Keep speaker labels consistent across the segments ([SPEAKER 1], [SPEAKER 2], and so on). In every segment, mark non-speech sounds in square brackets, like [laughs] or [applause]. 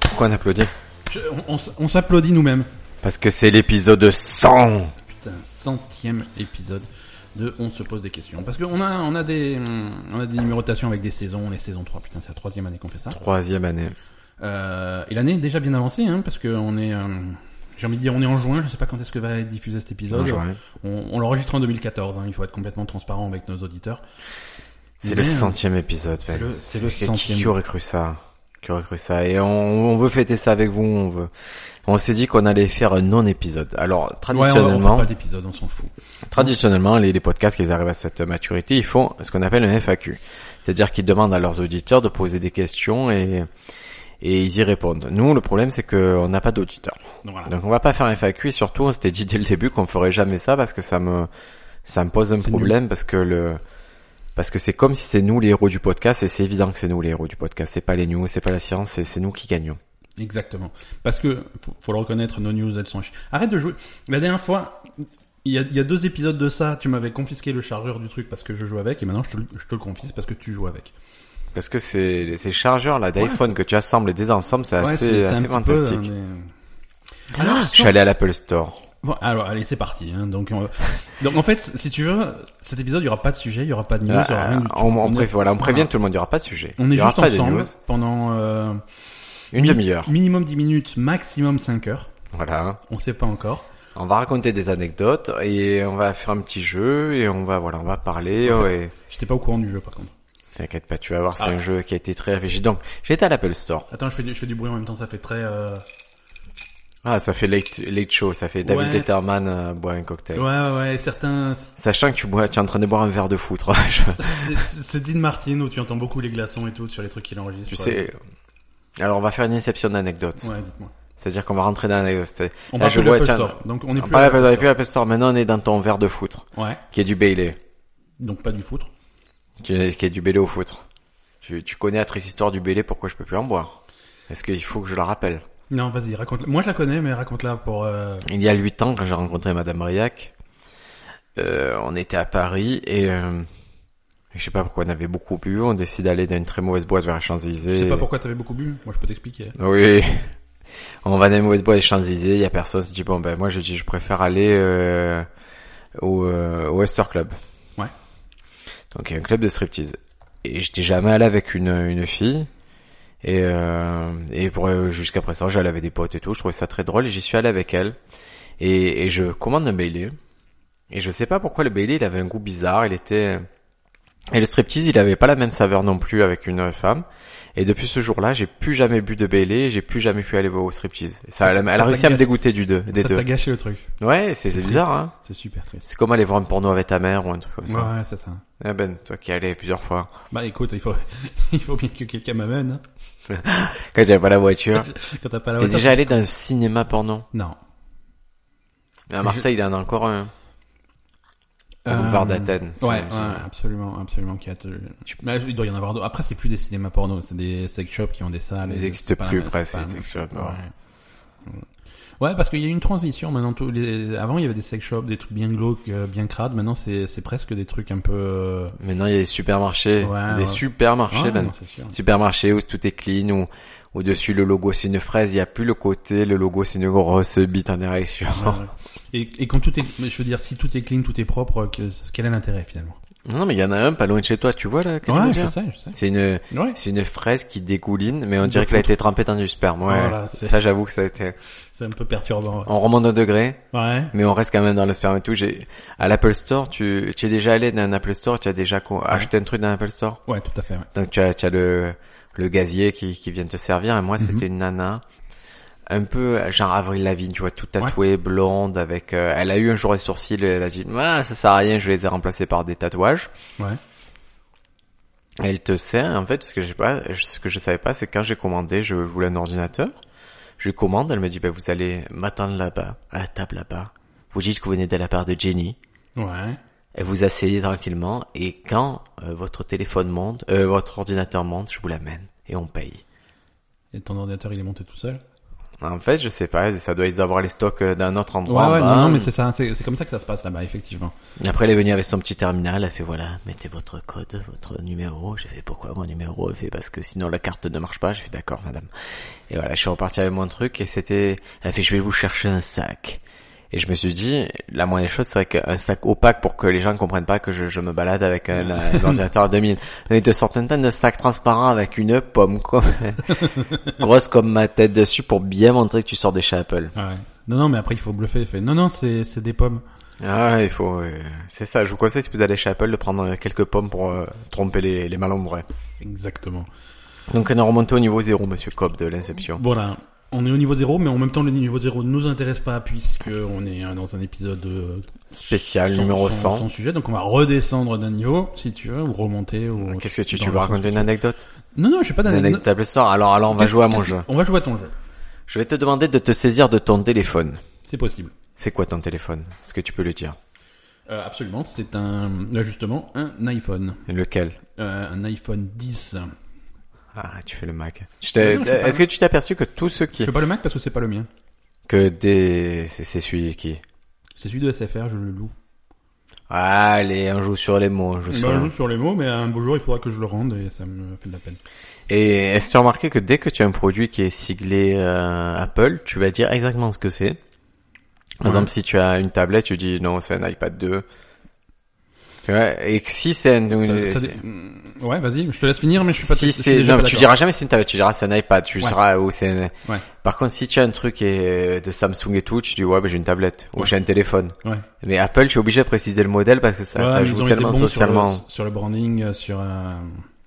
[SPEAKER 1] Pourquoi on applaudit
[SPEAKER 2] Je- on on s- on s'applaudit nous-mêmes.
[SPEAKER 1] Parce que c'est l'épisode 100
[SPEAKER 2] Putain, centième épisode de On se pose des questions. Parce qu'on a, on a, des, hum, on a des numérotations avec des saisons, les saisons 3. Putain, c'est la troisième année qu'on fait ça.
[SPEAKER 1] Troisième année.
[SPEAKER 2] Euh, et l'année est déjà bien avancée, hein, parce qu'on est, euh, j'ai envie de dire, on est en juin. Je sais pas quand est-ce que va être diffusé cet épisode.
[SPEAKER 1] Bonjour, hein.
[SPEAKER 2] On, on l'enregistre en 2014. hein, il faut être complètement transparent avec nos auditeurs.
[SPEAKER 1] C'est le
[SPEAKER 2] Mais, euh,
[SPEAKER 1] centième épisode.
[SPEAKER 2] c'est
[SPEAKER 1] mec.
[SPEAKER 2] le- c'est le
[SPEAKER 1] qui- Qui
[SPEAKER 2] centième.
[SPEAKER 1] aurait cru ça Qui aurait cru ça Et on, on veut fêter ça avec vous. On veut. On s'est dit qu'on allait faire un non-épisode. Alors
[SPEAKER 2] Ouais, on, on
[SPEAKER 1] traditionnellement,
[SPEAKER 2] fait pas d'épisode, on s'en fout.
[SPEAKER 1] traditionnellement, les, les podcasts qui arrivent à cette maturité, ils font ce qu'on appelle un FAQ, c'est-à-dire qu'ils demandent à leurs auditeurs de poser des questions et et ils y répondent. Nous, le problème, c'est qu'on n'a pas d'auditeurs.
[SPEAKER 2] Donc voilà.
[SPEAKER 1] Donc on va pas faire un FAQ et surtout on s'était dit dès le début qu'on ferait jamais ça parce que ça me ça me pose un
[SPEAKER 2] C'est
[SPEAKER 1] problème parce que le parce que c'est comme si c'est nous les héros du podcast et c'est évident que c'est nous les héros du podcast, c'est pas les news, c'est pas la science, c'est c'est nous qui gagnons.
[SPEAKER 2] Exactement. Parce que, faut, faut le reconnaître, nos news, elles sont... ch- Arrête de jouer. La dernière fois, il y a, il y a deux épisodes de ça, tu m'avais confisqué le chargeur du truc parce que je joue avec, et maintenant je te, le- je te le confisque parce que tu joues avec.
[SPEAKER 1] Parce que ces ces chargeurs là d'iPhone que tu assembles et désensembles, Bah, c'est
[SPEAKER 2] Ouais,
[SPEAKER 1] assez,
[SPEAKER 2] un
[SPEAKER 1] assez
[SPEAKER 2] petit peu,
[SPEAKER 1] fantastique. Ah,
[SPEAKER 2] euh, mais- Alors,
[SPEAKER 1] Je suis allé à l'Apple Store.
[SPEAKER 2] bon, alors, allez, c'est parti. hein. Donc, on- donc, en fait, si tu veux, cet épisode, il y aura pas de sujet, il y aura pas de news, il y aura
[SPEAKER 1] Euh,
[SPEAKER 2] rien du tout.
[SPEAKER 1] on, on
[SPEAKER 2] est-
[SPEAKER 1] pré- voilà, on prévient
[SPEAKER 2] voilà.
[SPEAKER 1] tout le monde, il y aura pas de sujet.
[SPEAKER 2] On
[SPEAKER 1] il
[SPEAKER 2] est
[SPEAKER 1] y aura
[SPEAKER 2] juste
[SPEAKER 1] pas de
[SPEAKER 2] ensemble
[SPEAKER 1] news.
[SPEAKER 2] pendant euh,
[SPEAKER 1] Une
[SPEAKER 2] mi-
[SPEAKER 1] demi-heure.
[SPEAKER 2] minimum 10 minutes, maximum 5 heures.
[SPEAKER 1] Voilà.
[SPEAKER 2] On sait pas encore.
[SPEAKER 1] On va raconter des anecdotes et on va faire un petit jeu et on va voilà, on va parler
[SPEAKER 2] En
[SPEAKER 1] ouais.
[SPEAKER 2] J'étais pas au courant du jeu, par contre.
[SPEAKER 1] T'inquiète pas, tu vas voir, c'est
[SPEAKER 2] Ah.
[SPEAKER 1] un jeu qui a été très réfléchi. Donc, j'étais à l'Apple Store.
[SPEAKER 2] Attends, je fais, du, je fais du bruit en même temps, ça fait très... euh,
[SPEAKER 1] Ah, ça fait late, late show, ça fait David
[SPEAKER 2] Ouais.
[SPEAKER 1] Letterman euh, boit un cocktail.
[SPEAKER 2] Ouais, ouais, ouais, certains... c'est-
[SPEAKER 1] Sachant que tu bois, tu es en train de boire un verre de foutre. [laughs] Je-
[SPEAKER 2] C'est c'est Dean Martin où tu entends beaucoup les glaçons et tout sur les trucs qu'il enregistre.
[SPEAKER 1] tu
[SPEAKER 2] Ouais.
[SPEAKER 1] sais. Alors, on va faire une inception d'anecdotes.
[SPEAKER 2] Ouais, dites-moi.
[SPEAKER 1] C'est-à-dire qu'on va rentrer dans l'anecdote. C'est-
[SPEAKER 2] On
[SPEAKER 1] Là,
[SPEAKER 2] parle
[SPEAKER 1] Ah, je
[SPEAKER 2] plus
[SPEAKER 1] vois,
[SPEAKER 2] d'Apple
[SPEAKER 1] tiens,
[SPEAKER 2] Store, donc on est
[SPEAKER 1] On
[SPEAKER 2] plus...
[SPEAKER 1] parle
[SPEAKER 2] à
[SPEAKER 1] d'Apple-
[SPEAKER 2] l'Apple
[SPEAKER 1] on est plus à l'Apple Store. Maintenant, on est dans ton verre de foutre,
[SPEAKER 2] Store. Ouais,
[SPEAKER 1] qui est du Bailey,
[SPEAKER 2] donc pas du foutre.
[SPEAKER 1] qui est, qui est du Bailey au foutre. Tu, tu connais la triste histoire du Bailey, pourquoi je peux plus en boire? Est-ce qu'il faut que je la rappelle?
[SPEAKER 2] Non, vas-y, raconte. Moi, je la connais, mais raconte-la pour... euh,
[SPEAKER 1] Il y a huit ans, quand j'ai rencontré Madame Briac, euh, on était à Paris et euh, je sais pas pourquoi on avait beaucoup bu. On décide d'aller dans une très mauvaise boîte vers les Champs-Élysées.
[SPEAKER 2] Je sais pas pourquoi t'avais beaucoup bu. Moi, je peux t'expliquer.
[SPEAKER 1] Oui. On va dans une mauvaise boîte des Champs-Élysées, il y a personne. On se dit bon ben moi je dis je préfère aller euh, au, euh, au Wester Club.
[SPEAKER 2] Ouais.
[SPEAKER 1] Donc il y a un club de striptease. Et j'étais jamais allé avec une, une fille. Et, euh, et pour euh, jusqu'à présent j'allais avec des potes et tout. Je trouvais ça très drôle et j'y suis allé avec elle. Et, et je commande un Bailey. Et je sais pas pourquoi le Bailey il avait un goût bizarre. Il était et le striptease il avait pas la même saveur non plus avec une femme. Et depuis ce jour-là, j'ai plus jamais bu de Bailey, j'ai plus jamais pu aller au striptease. Ça, elle, a- elle
[SPEAKER 2] ça
[SPEAKER 1] a réussi à me
[SPEAKER 2] t'agace.
[SPEAKER 1] dégoûter du deux, des
[SPEAKER 2] Ça t'a
[SPEAKER 1] deux.
[SPEAKER 2] gâché le truc.
[SPEAKER 1] Ouais, c'est c'est
[SPEAKER 2] triste.
[SPEAKER 1] bizarre, hein.
[SPEAKER 2] C'est super triste.
[SPEAKER 1] C'est comme aller voir un porno avec ta mère ou un truc comme
[SPEAKER 2] Ouais,
[SPEAKER 1] ça.
[SPEAKER 2] ouais, c'est ça.
[SPEAKER 1] Ah ben, toi qui y allais plusieurs fois.
[SPEAKER 2] Bah écoute, il faut, [laughs] il faut bien que quelqu'un m'amène. hein.
[SPEAKER 1] Quand j'avais pas la voiture.
[SPEAKER 2] Quand t'as pas Ah, la
[SPEAKER 1] T'es
[SPEAKER 2] voiture-
[SPEAKER 1] déjà allé dans un cinéma porno.
[SPEAKER 2] Non.
[SPEAKER 1] À Marseille, il y en a encore un. Au
[SPEAKER 2] Euh,
[SPEAKER 1] boulevard d'Athènes. c'est-
[SPEAKER 2] Ouais, ouais,
[SPEAKER 1] c'est-
[SPEAKER 2] absolument, absolument. Qui a te- tu- Mais il doit y en avoir d'autres. Après, c'est plus des cinémas porno, c'est des sex shops qui ont des salles.
[SPEAKER 1] Ils
[SPEAKER 2] et
[SPEAKER 1] existent
[SPEAKER 2] c'est pas
[SPEAKER 1] plus,
[SPEAKER 2] la-
[SPEAKER 1] presque,
[SPEAKER 2] c'est pas
[SPEAKER 1] les
[SPEAKER 2] la-
[SPEAKER 1] sex shops,
[SPEAKER 2] Ouais. Ouais. Ouais, parce qu'il y a eu une transition maintenant. Tous les... Avant, il y avait des sex shops, des trucs bien glauques, euh, bien crades. Maintenant, c'est c'est presque des trucs un peu. euh,
[SPEAKER 1] Maintenant, il y a des supermarchés.
[SPEAKER 2] Ouais, Ah.
[SPEAKER 1] des
[SPEAKER 2] ouais.
[SPEAKER 1] supermarchés,
[SPEAKER 2] ouais,
[SPEAKER 1] Ben.
[SPEAKER 2] non, c'est sûr.
[SPEAKER 1] supermarché où tout est clean, où au-dessus le logo c'est une fraise, il n'y a plus le côté, le logo c'est une grosse bite en érection.
[SPEAKER 2] Ouais, ouais. Et, et quand tout est, mais je veux dire, si tout est clean, tout est propre, que, quel est l'intérêt finalement
[SPEAKER 1] [laughs] Non mais il y en a un pas loin de chez toi, tu vois là que tu veux
[SPEAKER 2] Ouais, je
[SPEAKER 1] dire
[SPEAKER 2] sais, je sais.
[SPEAKER 1] C'est une
[SPEAKER 2] Ouais,
[SPEAKER 1] c'est une fraise qui dégouline, mais on
[SPEAKER 2] De
[SPEAKER 1] dirait qu'elle a
[SPEAKER 2] foutre.
[SPEAKER 1] été trempée dans du sperme. Ouais,
[SPEAKER 2] Voilà, Oh c'est-
[SPEAKER 1] ça j'avoue que ça a été.
[SPEAKER 2] c'est un peu perturbant.
[SPEAKER 1] On remonte au degré,
[SPEAKER 2] Ouais. ouais.
[SPEAKER 1] mais on reste quand même dans le sperme et tout. J'ai à l'Apple Store, tu tu es déjà allé dans un Apple Store, tu as déjà co- acheté un truc dans l'Apple Store.
[SPEAKER 2] Ouais, tout à fait. ouais.
[SPEAKER 1] Donc tu as, tu as le, le gazier qui, qui vient te servir. Et moi,
[SPEAKER 2] Mhm.
[SPEAKER 1] c'était une nana, un peu genre Avril Lavigne, tu vois, tout tatouée, blonde, avec. euh, elle a eu un jour les sourcils, elle a dit, ah, ça sert à rien, je les ai remplacés par des tatouages.
[SPEAKER 2] Ouais.
[SPEAKER 1] Elle te sert, en fait, ce que je sais pas, ce que je savais pas, c'est que quand j'ai commandé, je voulais un ordinateur. Je commande, elle me dit, bah, vous allez m'attendre là-bas, à la table là-bas. Vous dites que vous venez de la part de Jenny.
[SPEAKER 2] Ouais.
[SPEAKER 1] Et Vous asseyez tranquillement et quand euh, votre téléphone monte, euh, votre ordinateur monte, je vous l'amène et on paye.
[SPEAKER 2] Et ton ordinateur, il est monté tout seul
[SPEAKER 1] En fait, je sais pas, ça doit ils doivent avoir les stocks euh, d'un autre
[SPEAKER 2] Ouais,
[SPEAKER 1] endroit.
[SPEAKER 2] ouais,
[SPEAKER 1] bah,
[SPEAKER 2] non, non, mais c'est ça, c'est c'est comme ça que ça se passe là-bas, effectivement.
[SPEAKER 1] Et Après, elle est venue avec son petit terminal, elle a fait voilà, mettez votre code, votre numéro. J'ai fait pourquoi mon numéro Elle fait parce que sinon la carte ne marche pas. J'ai fait d'accord, madame. Et voilà, je suis reparti avec mon truc et c'était, elle a fait je vais vous chercher un sac. Et je me suis dit, la moindre chose, c'est vrai qu'un sac opaque pour que les gens ne comprennent pas que je, je me balade avec un, un ordinateur 2000. On était sorti une tonne de sacs transparents avec une pomme, quoi. Grosse comme ma tête dessus pour bien montrer que tu sors des chez Apple.
[SPEAKER 2] Ouais. Non, non, mais après, il faut bluffer. Il fait, non, non, c'est c'est des pommes.
[SPEAKER 1] Ah, il faut. euh, c'est ça. Je vous conseille si vous allez chez Apple de prendre euh, quelques pommes pour euh, tromper les, les malandrins.
[SPEAKER 2] Exactement.
[SPEAKER 1] Donc on est remonté au niveau zéro, Monsieur Cobb de l'inception.
[SPEAKER 2] Voilà. On est au niveau zéro, mais en même temps, le niveau zéro ne nous intéresse pas puisque on est euh, dans un épisode euh,
[SPEAKER 1] Spécial
[SPEAKER 2] sans-
[SPEAKER 1] numéro
[SPEAKER 2] sans-
[SPEAKER 1] 100.
[SPEAKER 2] sans sujet, donc on va redescendre d'un niveau, si tu veux, ou remonter. Ou...
[SPEAKER 1] Euh, Qu'est-ce que tu,
[SPEAKER 2] dans
[SPEAKER 1] tu
[SPEAKER 2] le
[SPEAKER 1] veux raconter
[SPEAKER 2] sens-
[SPEAKER 1] une anecdote
[SPEAKER 2] Non, non, je suis pas
[SPEAKER 1] Une
[SPEAKER 2] d'anecdote.
[SPEAKER 1] anecdote sort. Alors, alors on va
[SPEAKER 2] Qu'est-ce-
[SPEAKER 1] jouer à mon
[SPEAKER 2] qu'est-ce-
[SPEAKER 1] jeu.
[SPEAKER 2] On va jouer à ton jeu.
[SPEAKER 1] Je vais te demander de te saisir de ton téléphone.
[SPEAKER 2] C'est possible.
[SPEAKER 1] C'est quoi ton téléphone Est-ce que tu peux le dire
[SPEAKER 2] Euh, absolument, c'est un, là, justement, un iPhone.
[SPEAKER 1] Lequel
[SPEAKER 2] Euh, un iPhone 10.
[SPEAKER 1] Ah, tu fais le Mac. Je
[SPEAKER 2] Mais
[SPEAKER 1] t'ai-
[SPEAKER 2] non, je fais pas
[SPEAKER 1] Est-ce que tu t'es aperçu que tous ceux
[SPEAKER 2] Je
[SPEAKER 1] qui
[SPEAKER 2] fais pas le Mac parce que c'est pas le mien.
[SPEAKER 1] que des c'est c'est celui qui
[SPEAKER 2] C'est celui de SFR, je le loue.
[SPEAKER 1] Ah, allez, on joue sur les mots, on joue sur
[SPEAKER 2] Bah,
[SPEAKER 1] les
[SPEAKER 2] je
[SPEAKER 1] mots.
[SPEAKER 2] joue sur les mots, mais un beau jour, il faudra que je le rende et ça me fait de la peine.
[SPEAKER 1] Et est-ce que tu as remarqué que dès que tu as un produit qui est siglé euh, Apple, tu vas dire exactement ce que c'est Par
[SPEAKER 2] Ouais.
[SPEAKER 1] exemple, si tu as une tablette, tu dis non, c'est un iPad 2. Tu vois Et que si c'est un...
[SPEAKER 2] Ça- ça
[SPEAKER 1] euh, c'est-
[SPEAKER 2] dé- Ouais, vas-y, je te laisse finir, mais je suis pas.
[SPEAKER 1] si
[SPEAKER 2] je suis
[SPEAKER 1] c'est
[SPEAKER 2] déjà
[SPEAKER 1] non,
[SPEAKER 2] pas
[SPEAKER 1] tu
[SPEAKER 2] d'accord.
[SPEAKER 1] diras jamais c'est une tablette, tu diras c'est un iPad, tu
[SPEAKER 2] Ouais.
[SPEAKER 1] diras ou c'est un-
[SPEAKER 2] Ouais.
[SPEAKER 1] Par contre, si tu as un truc et, euh, de Samsung et tout, tu dis ouais, ben j'ai une tablette ou
[SPEAKER 2] Ouais.
[SPEAKER 1] j'ai un téléphone.
[SPEAKER 2] Ouais.
[SPEAKER 1] Mais Apple, tu es obligé de préciser le modèle parce que ça,
[SPEAKER 2] Ouais,
[SPEAKER 1] ça
[SPEAKER 2] mais ils
[SPEAKER 1] joue
[SPEAKER 2] ont été
[SPEAKER 1] tellement
[SPEAKER 2] bons sur le-
[SPEAKER 1] socialement.
[SPEAKER 2] Sur le, branding, euh, sur euh,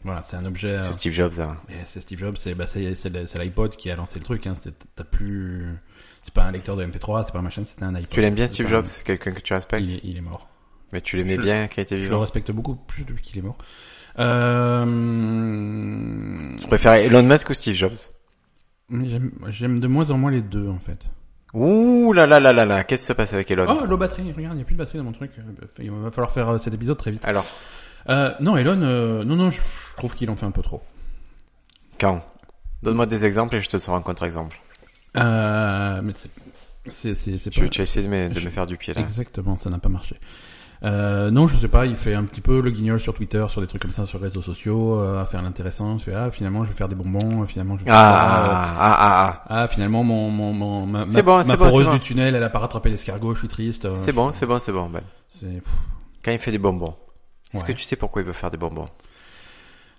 [SPEAKER 2] voilà, c'est un objet. euh,
[SPEAKER 1] C'est Steve Jobs. hein.
[SPEAKER 2] mais C'est Steve Jobs, c'est bah, c'est- c'est le- c'est l'iPod qui a lancé le truc. Hein, c'est- T'as plus, c'est pas un lecteur de MP3, c'est pas un machin, c'était un iPod.
[SPEAKER 1] Tu l'aimes bien
[SPEAKER 2] C'est
[SPEAKER 1] Steve
[SPEAKER 2] pas-
[SPEAKER 1] Jobs, c'est quelqu'un que tu respectes,
[SPEAKER 2] il, est- il est mort.
[SPEAKER 1] mais tu l'aimais
[SPEAKER 2] Je-
[SPEAKER 1] bien quand il était
[SPEAKER 2] Je le
[SPEAKER 1] vivant.
[SPEAKER 2] respecte beaucoup plus depuis qu'il est mort. Euh...
[SPEAKER 1] Tu préférais Elon Musk ou Steve Jobs
[SPEAKER 2] mais j'aime- J'aime de moins en moins les deux en fait.
[SPEAKER 1] Ouh là là là là là, qu'est-ce qui se passe avec Elon
[SPEAKER 2] Oh, l'eau batterie, regarde, il n'y a plus de batterie dans mon truc. Euh, Il va falloir faire euh, cet épisode très vite.
[SPEAKER 1] Alors,
[SPEAKER 2] Euh, non, Elon, euh, non, non, je, je trouve qu'il en fait un peu trop.
[SPEAKER 1] quand Donne-moi des exemples et je te sors un contre-exemple.
[SPEAKER 2] Euh, mais c'est, c'est, c'est, c'est
[SPEAKER 1] Tu,
[SPEAKER 2] pas...
[SPEAKER 1] tu as essayé de me, de me
[SPEAKER 2] je-
[SPEAKER 1] faire du pied là.
[SPEAKER 2] Exactement, ça n'a pas marché. Euh, non, je sais pas, il fait un petit peu le guignol sur Twitter, sur des trucs comme ça, sur les réseaux sociaux, euh, à faire l'intéressant, il fait, ah, finalement, je vais faire des bonbons, finalement, je vais faire ça.
[SPEAKER 1] Ah, ah, ah, ah.
[SPEAKER 2] Ah, finalement, mon, mon, mon, ma,
[SPEAKER 1] C'est
[SPEAKER 2] ma,
[SPEAKER 1] bon,
[SPEAKER 2] ma
[SPEAKER 1] c'est bon,
[SPEAKER 2] foreuse
[SPEAKER 1] c'est bon.
[SPEAKER 2] du tunnel, elle a pas rattrapé l'escargot, je suis triste. euh,
[SPEAKER 1] ah. C'est bon, c'est bon, c'est bon. Ben,
[SPEAKER 2] c'est-
[SPEAKER 1] quand il fait des bonbons, est-ce
[SPEAKER 2] ouais.
[SPEAKER 1] que tu sais pourquoi il veut faire des bonbons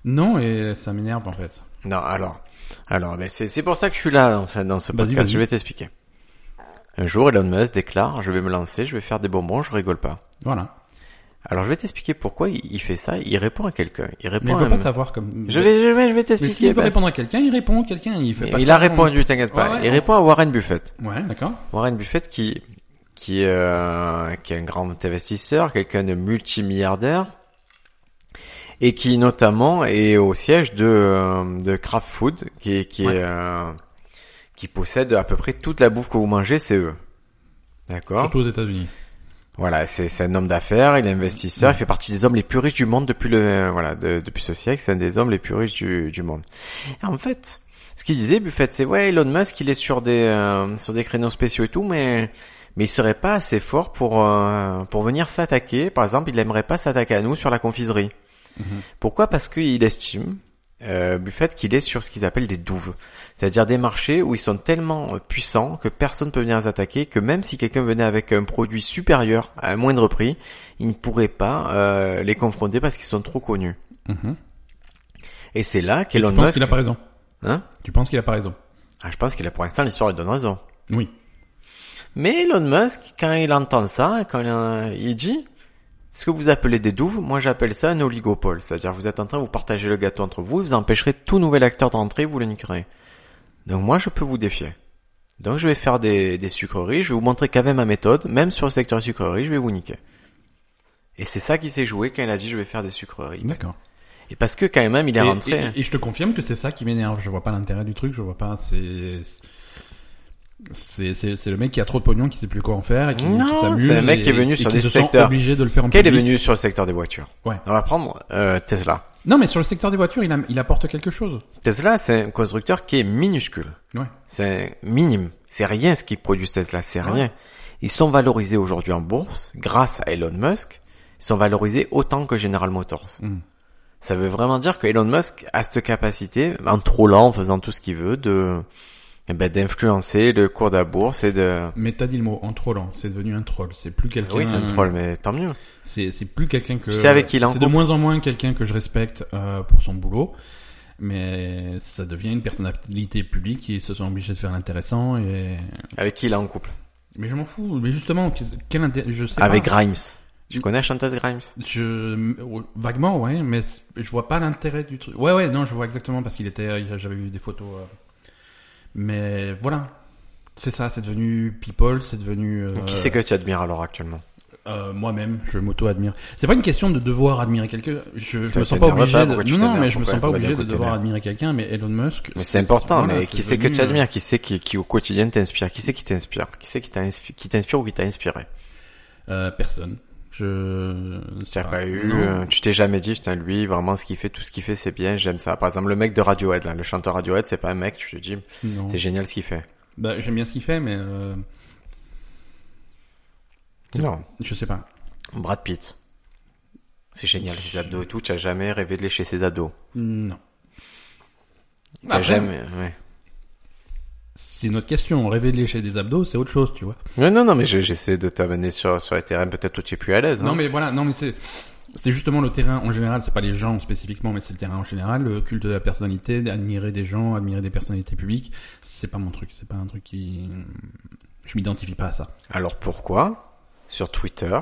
[SPEAKER 2] Non, et ça m'énerve, en fait.
[SPEAKER 1] Non, alors, alors, ben c'est c'est pour ça que je suis là en fait dans ce
[SPEAKER 2] Vas-y,
[SPEAKER 1] podcast.
[SPEAKER 2] vas-y.
[SPEAKER 1] Je vais t'expliquer. Un jour, Elon Musk déclare "Je vais me lancer, je vais faire des bonbons, je rigole pas."
[SPEAKER 2] Voilà.
[SPEAKER 1] Alors, je vais t'expliquer pourquoi il il fait ça. Il répond à quelqu'un. Il
[SPEAKER 2] Mais
[SPEAKER 1] répond.
[SPEAKER 2] il
[SPEAKER 1] à
[SPEAKER 2] veut
[SPEAKER 1] un-
[SPEAKER 2] pas savoir comme...
[SPEAKER 1] Je vais, je vais, je vais
[SPEAKER 2] Mais s'il
[SPEAKER 1] t'expliquer.
[SPEAKER 2] veut
[SPEAKER 1] ben.
[SPEAKER 2] répondre à quelqu'un, il répond à quelqu'un, il fait pas
[SPEAKER 1] Il
[SPEAKER 2] ça,
[SPEAKER 1] a
[SPEAKER 2] on-
[SPEAKER 1] répondu, t'inquiète pas.
[SPEAKER 2] Ouais, ouais,
[SPEAKER 1] il
[SPEAKER 2] on-
[SPEAKER 1] répond à Warren Buffett.
[SPEAKER 2] Ouais, d'accord.
[SPEAKER 1] Warren Buffett qui qui euh, qui est un grand investisseur, quelqu'un de multimilliardaire et qui notamment est au siège de euh, de Kraft Food qui qui
[SPEAKER 2] Ouais.
[SPEAKER 1] est, euh, qui possède à peu près toute la bouffe que vous mangez, c'est eux. D'accord.
[SPEAKER 2] Surtout aux États-Unis.
[SPEAKER 1] Voilà, c'est c'est un homme d'affaires, il est investisseur, il fait partie des hommes les plus riches du monde depuis le voilà de- depuis ce siècle, c'est un des hommes les plus riches du, du monde. Et en fait, ce qu'il disait Buffett, c'est ouais Elon Musk, il est sur des euh, sur des créneaux spéciaux et tout, mais mais il serait pas assez fort pour euh, pour venir s'attaquer. Par exemple, il aimerait pas s'attaquer à nous sur la confiserie.
[SPEAKER 2] Mhm.
[SPEAKER 1] Pourquoi Parce qu'il estime euh, Buffett qu'il est sur ce qu'ils appellent des douves, c'est-à-dire des marchés où ils sont tellement euh, puissants que personne ne peut venir les attaquer, que même si quelqu'un venait avec un produit supérieur à un moindre prix, il ne pourrait pas euh, les confronter parce qu'ils sont trop connus.
[SPEAKER 2] Mhm.
[SPEAKER 1] Et c'est là qu'Elon
[SPEAKER 2] Tu penses
[SPEAKER 1] Musk...
[SPEAKER 2] qu'il a pas raison
[SPEAKER 1] Hein
[SPEAKER 2] Tu penses qu'il a pas raison
[SPEAKER 1] Ah, je pense qu'il a pour l'instant l'histoire lui donne raison.
[SPEAKER 2] Oui.
[SPEAKER 1] Mais Elon Musk, quand il entend ça, quand il, euh, il dit, ce que vous appelez des douves, moi j'appelle ça un oligopole. C'est-à-dire, vous êtes en train de vous partager le gâteau entre vous, vous empêcherez tout nouvel acteur d'entrer, vous le niquerez. Donc moi, je peux vous défier. Donc je vais faire des, des sucreries, je vais vous montrer quand même ma méthode, même sur le secteur sucreries, je vais vous niquer. Et c'est ça qui s'est joué quand il a dit je vais faire des sucreries.
[SPEAKER 2] D'accord.
[SPEAKER 1] Et parce que quand même, il est
[SPEAKER 2] et,
[SPEAKER 1] rentré. hein.
[SPEAKER 2] et- et je te confirme que c'est ça qui m'énerve. Je vois pas l'intérêt du truc. Je vois pas. C'est c'est c'est c'est le mec qui a trop de pognon, qui sait plus quoi en faire et qui, qui
[SPEAKER 1] Non,
[SPEAKER 2] s'amuse.
[SPEAKER 1] c'est un mec
[SPEAKER 2] et-
[SPEAKER 1] qui est venu
[SPEAKER 2] et
[SPEAKER 1] sur
[SPEAKER 2] qui
[SPEAKER 1] des
[SPEAKER 2] se
[SPEAKER 1] secteurs.
[SPEAKER 2] Sent obligé de le faire en
[SPEAKER 1] Quel est
[SPEAKER 2] public.
[SPEAKER 1] venu sur le secteur des voitures
[SPEAKER 2] Ouais.
[SPEAKER 1] On va prendre euh, Tesla.
[SPEAKER 2] Non, mais sur le secteur des voitures, il, a- il apporte quelque chose.
[SPEAKER 1] Tesla, c'est un constructeur qui est minuscule.
[SPEAKER 2] Ouais.
[SPEAKER 1] C'est minime. C'est rien ce qu'ils produisent Tesla, c'est
[SPEAKER 2] Ouais.
[SPEAKER 1] rien. Ils sont valorisés aujourd'hui en bourse grâce à Elon Musk. Ils sont valorisés autant que General Motors.
[SPEAKER 2] Mm.
[SPEAKER 1] Ça veut vraiment dire que Elon Musk a cette capacité, en trollant, en faisant tout ce qu'il veut, de eh ben, d'influencer le cours de la bourse et de.
[SPEAKER 2] Mais t'as dit le mot en trollant. C'est devenu un troll. C'est plus quelqu'un.
[SPEAKER 1] Oui, c'est un troll, mais tant mieux.
[SPEAKER 2] C'est c'est plus quelqu'un que.
[SPEAKER 1] Tu sais avec qui il est en
[SPEAKER 2] C'est de
[SPEAKER 1] couple
[SPEAKER 2] moins en moins quelqu'un que je respecte euh, pour son boulot. Mais ça devient une personnalité publique. Ils se sont obligés de faire l'intéressant et.
[SPEAKER 1] Avec qui il est en couple
[SPEAKER 2] Mais je m'en fous. Mais justement, qu'est- quel intérêt Je sais
[SPEAKER 1] Avec
[SPEAKER 2] pas.
[SPEAKER 1] Grimes. Tu
[SPEAKER 2] Mm.
[SPEAKER 1] connais la chanteuse Grimes
[SPEAKER 2] Je oh, vaguement ouais, mais c- je vois pas l'intérêt du truc. Ouais ouais, non, je vois exactement parce qu'il était j'avais vu des photos euh. mais voilà. C'est ça, c'est devenu people, c'est devenu euh,
[SPEAKER 1] Qui c'est que tu admires alors actuellement
[SPEAKER 2] euh, moi-même, je m'auto-admire. C'est pas une question de devoir admirer quelqu'un, je, je
[SPEAKER 1] Ça
[SPEAKER 2] me sens pas
[SPEAKER 1] t'énerve
[SPEAKER 2] obligé
[SPEAKER 1] pas,
[SPEAKER 2] de...
[SPEAKER 1] pourquoi tu
[SPEAKER 2] Non non,
[SPEAKER 1] t'énerves,
[SPEAKER 2] mais je me
[SPEAKER 1] pourquoi-
[SPEAKER 2] sens pas
[SPEAKER 1] pourquoi
[SPEAKER 2] obligé
[SPEAKER 1] d'un
[SPEAKER 2] de
[SPEAKER 1] coup
[SPEAKER 2] devoir
[SPEAKER 1] t'énerves
[SPEAKER 2] admirer quelqu'un mais Elon Musk
[SPEAKER 1] Mais c'est important,
[SPEAKER 2] voilà,
[SPEAKER 1] mais qui c'est que
[SPEAKER 2] devenu, euh,
[SPEAKER 1] tu admires Qui c'est qui, qui au quotidien t'inspire Qui c'est qui t'inspire Qui c'est qui t'inspire qui t'inspire ou qui t'a inspiré
[SPEAKER 2] euh, personne. Je
[SPEAKER 1] T'as
[SPEAKER 2] ça-
[SPEAKER 1] pas eu,
[SPEAKER 2] non.
[SPEAKER 1] euh, tu t'es jamais dit, putain, lui, vraiment, ce qu'il fait, tout ce qu'il fait, c'est bien, j'aime ça. Par exemple, le mec de Radiohead, là, le chanteur Radiohead, c'est pas un mec, tu te dis,
[SPEAKER 2] non.
[SPEAKER 1] c'est génial ce qu'il fait.
[SPEAKER 2] Bah, j'aime bien ce qu'il fait mais euh, C'est-
[SPEAKER 1] Non.
[SPEAKER 2] je sais pas.
[SPEAKER 1] Brad Pitt. C'est génial, ses abdos et tout, t'as jamais rêvé de lécher ses abdos.
[SPEAKER 2] Non.
[SPEAKER 1] T'as
[SPEAKER 2] Après,
[SPEAKER 1] jamais, ouais.
[SPEAKER 2] C'est notre question. Rêver de lécher des abdos, c'est autre chose, tu vois.
[SPEAKER 1] Non, non, non, mais je- j'essaie de t'amener sur, sur les terrains, peut-être où tu es plus à l'aise.
[SPEAKER 2] Non,
[SPEAKER 1] hein.
[SPEAKER 2] mais voilà, non, mais c'est. C'est justement le terrain en général, c'est pas les gens spécifiquement, mais c'est le terrain en général, le culte de la personnalité, admirer des gens, admirer des personnalités publiques, c'est pas mon truc, c'est pas un truc qui... Je m'identifie pas à ça.
[SPEAKER 1] Alors pourquoi, sur Twitter,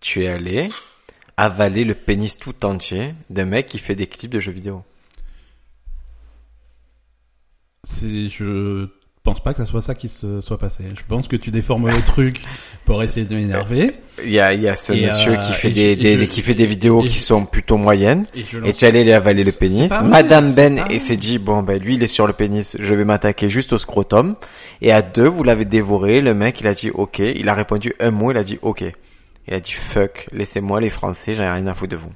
[SPEAKER 1] tu es allé avaler le pénis tout entier d'un mec qui fait des clips de jeux vidéo?
[SPEAKER 2] C'est... Je pense pas que ça soit ça qui se soit passé. Je pense que tu déformes le truc pour essayer de m'énerver.
[SPEAKER 1] Il y a, il y a ce
[SPEAKER 2] Et,
[SPEAKER 1] monsieur
[SPEAKER 2] euh,
[SPEAKER 1] qui fait
[SPEAKER 2] et
[SPEAKER 1] des,
[SPEAKER 2] je-
[SPEAKER 1] des,
[SPEAKER 2] et je-
[SPEAKER 1] qui fait des vidéos
[SPEAKER 2] et
[SPEAKER 1] qui
[SPEAKER 2] je-
[SPEAKER 1] sont plutôt moyennes.
[SPEAKER 2] Et je
[SPEAKER 1] Et
[SPEAKER 2] lance-
[SPEAKER 1] tu allais lui avaler le
[SPEAKER 2] C'est
[SPEAKER 1] pénis.
[SPEAKER 2] pas vrai,
[SPEAKER 1] Madame
[SPEAKER 2] c'est
[SPEAKER 1] Ben
[SPEAKER 2] pas
[SPEAKER 1] et
[SPEAKER 2] vrai.
[SPEAKER 1] s'est dit bon ben lui il est sur le pénis, je vais m'attaquer juste au scrotum. Et à deux vous l'avez dévoré. Le mec il a dit ok, il a répondu un mot, il a dit ok. Il a dit fuck, laissez-moi les Français, j'en ai rien à foutre de vous.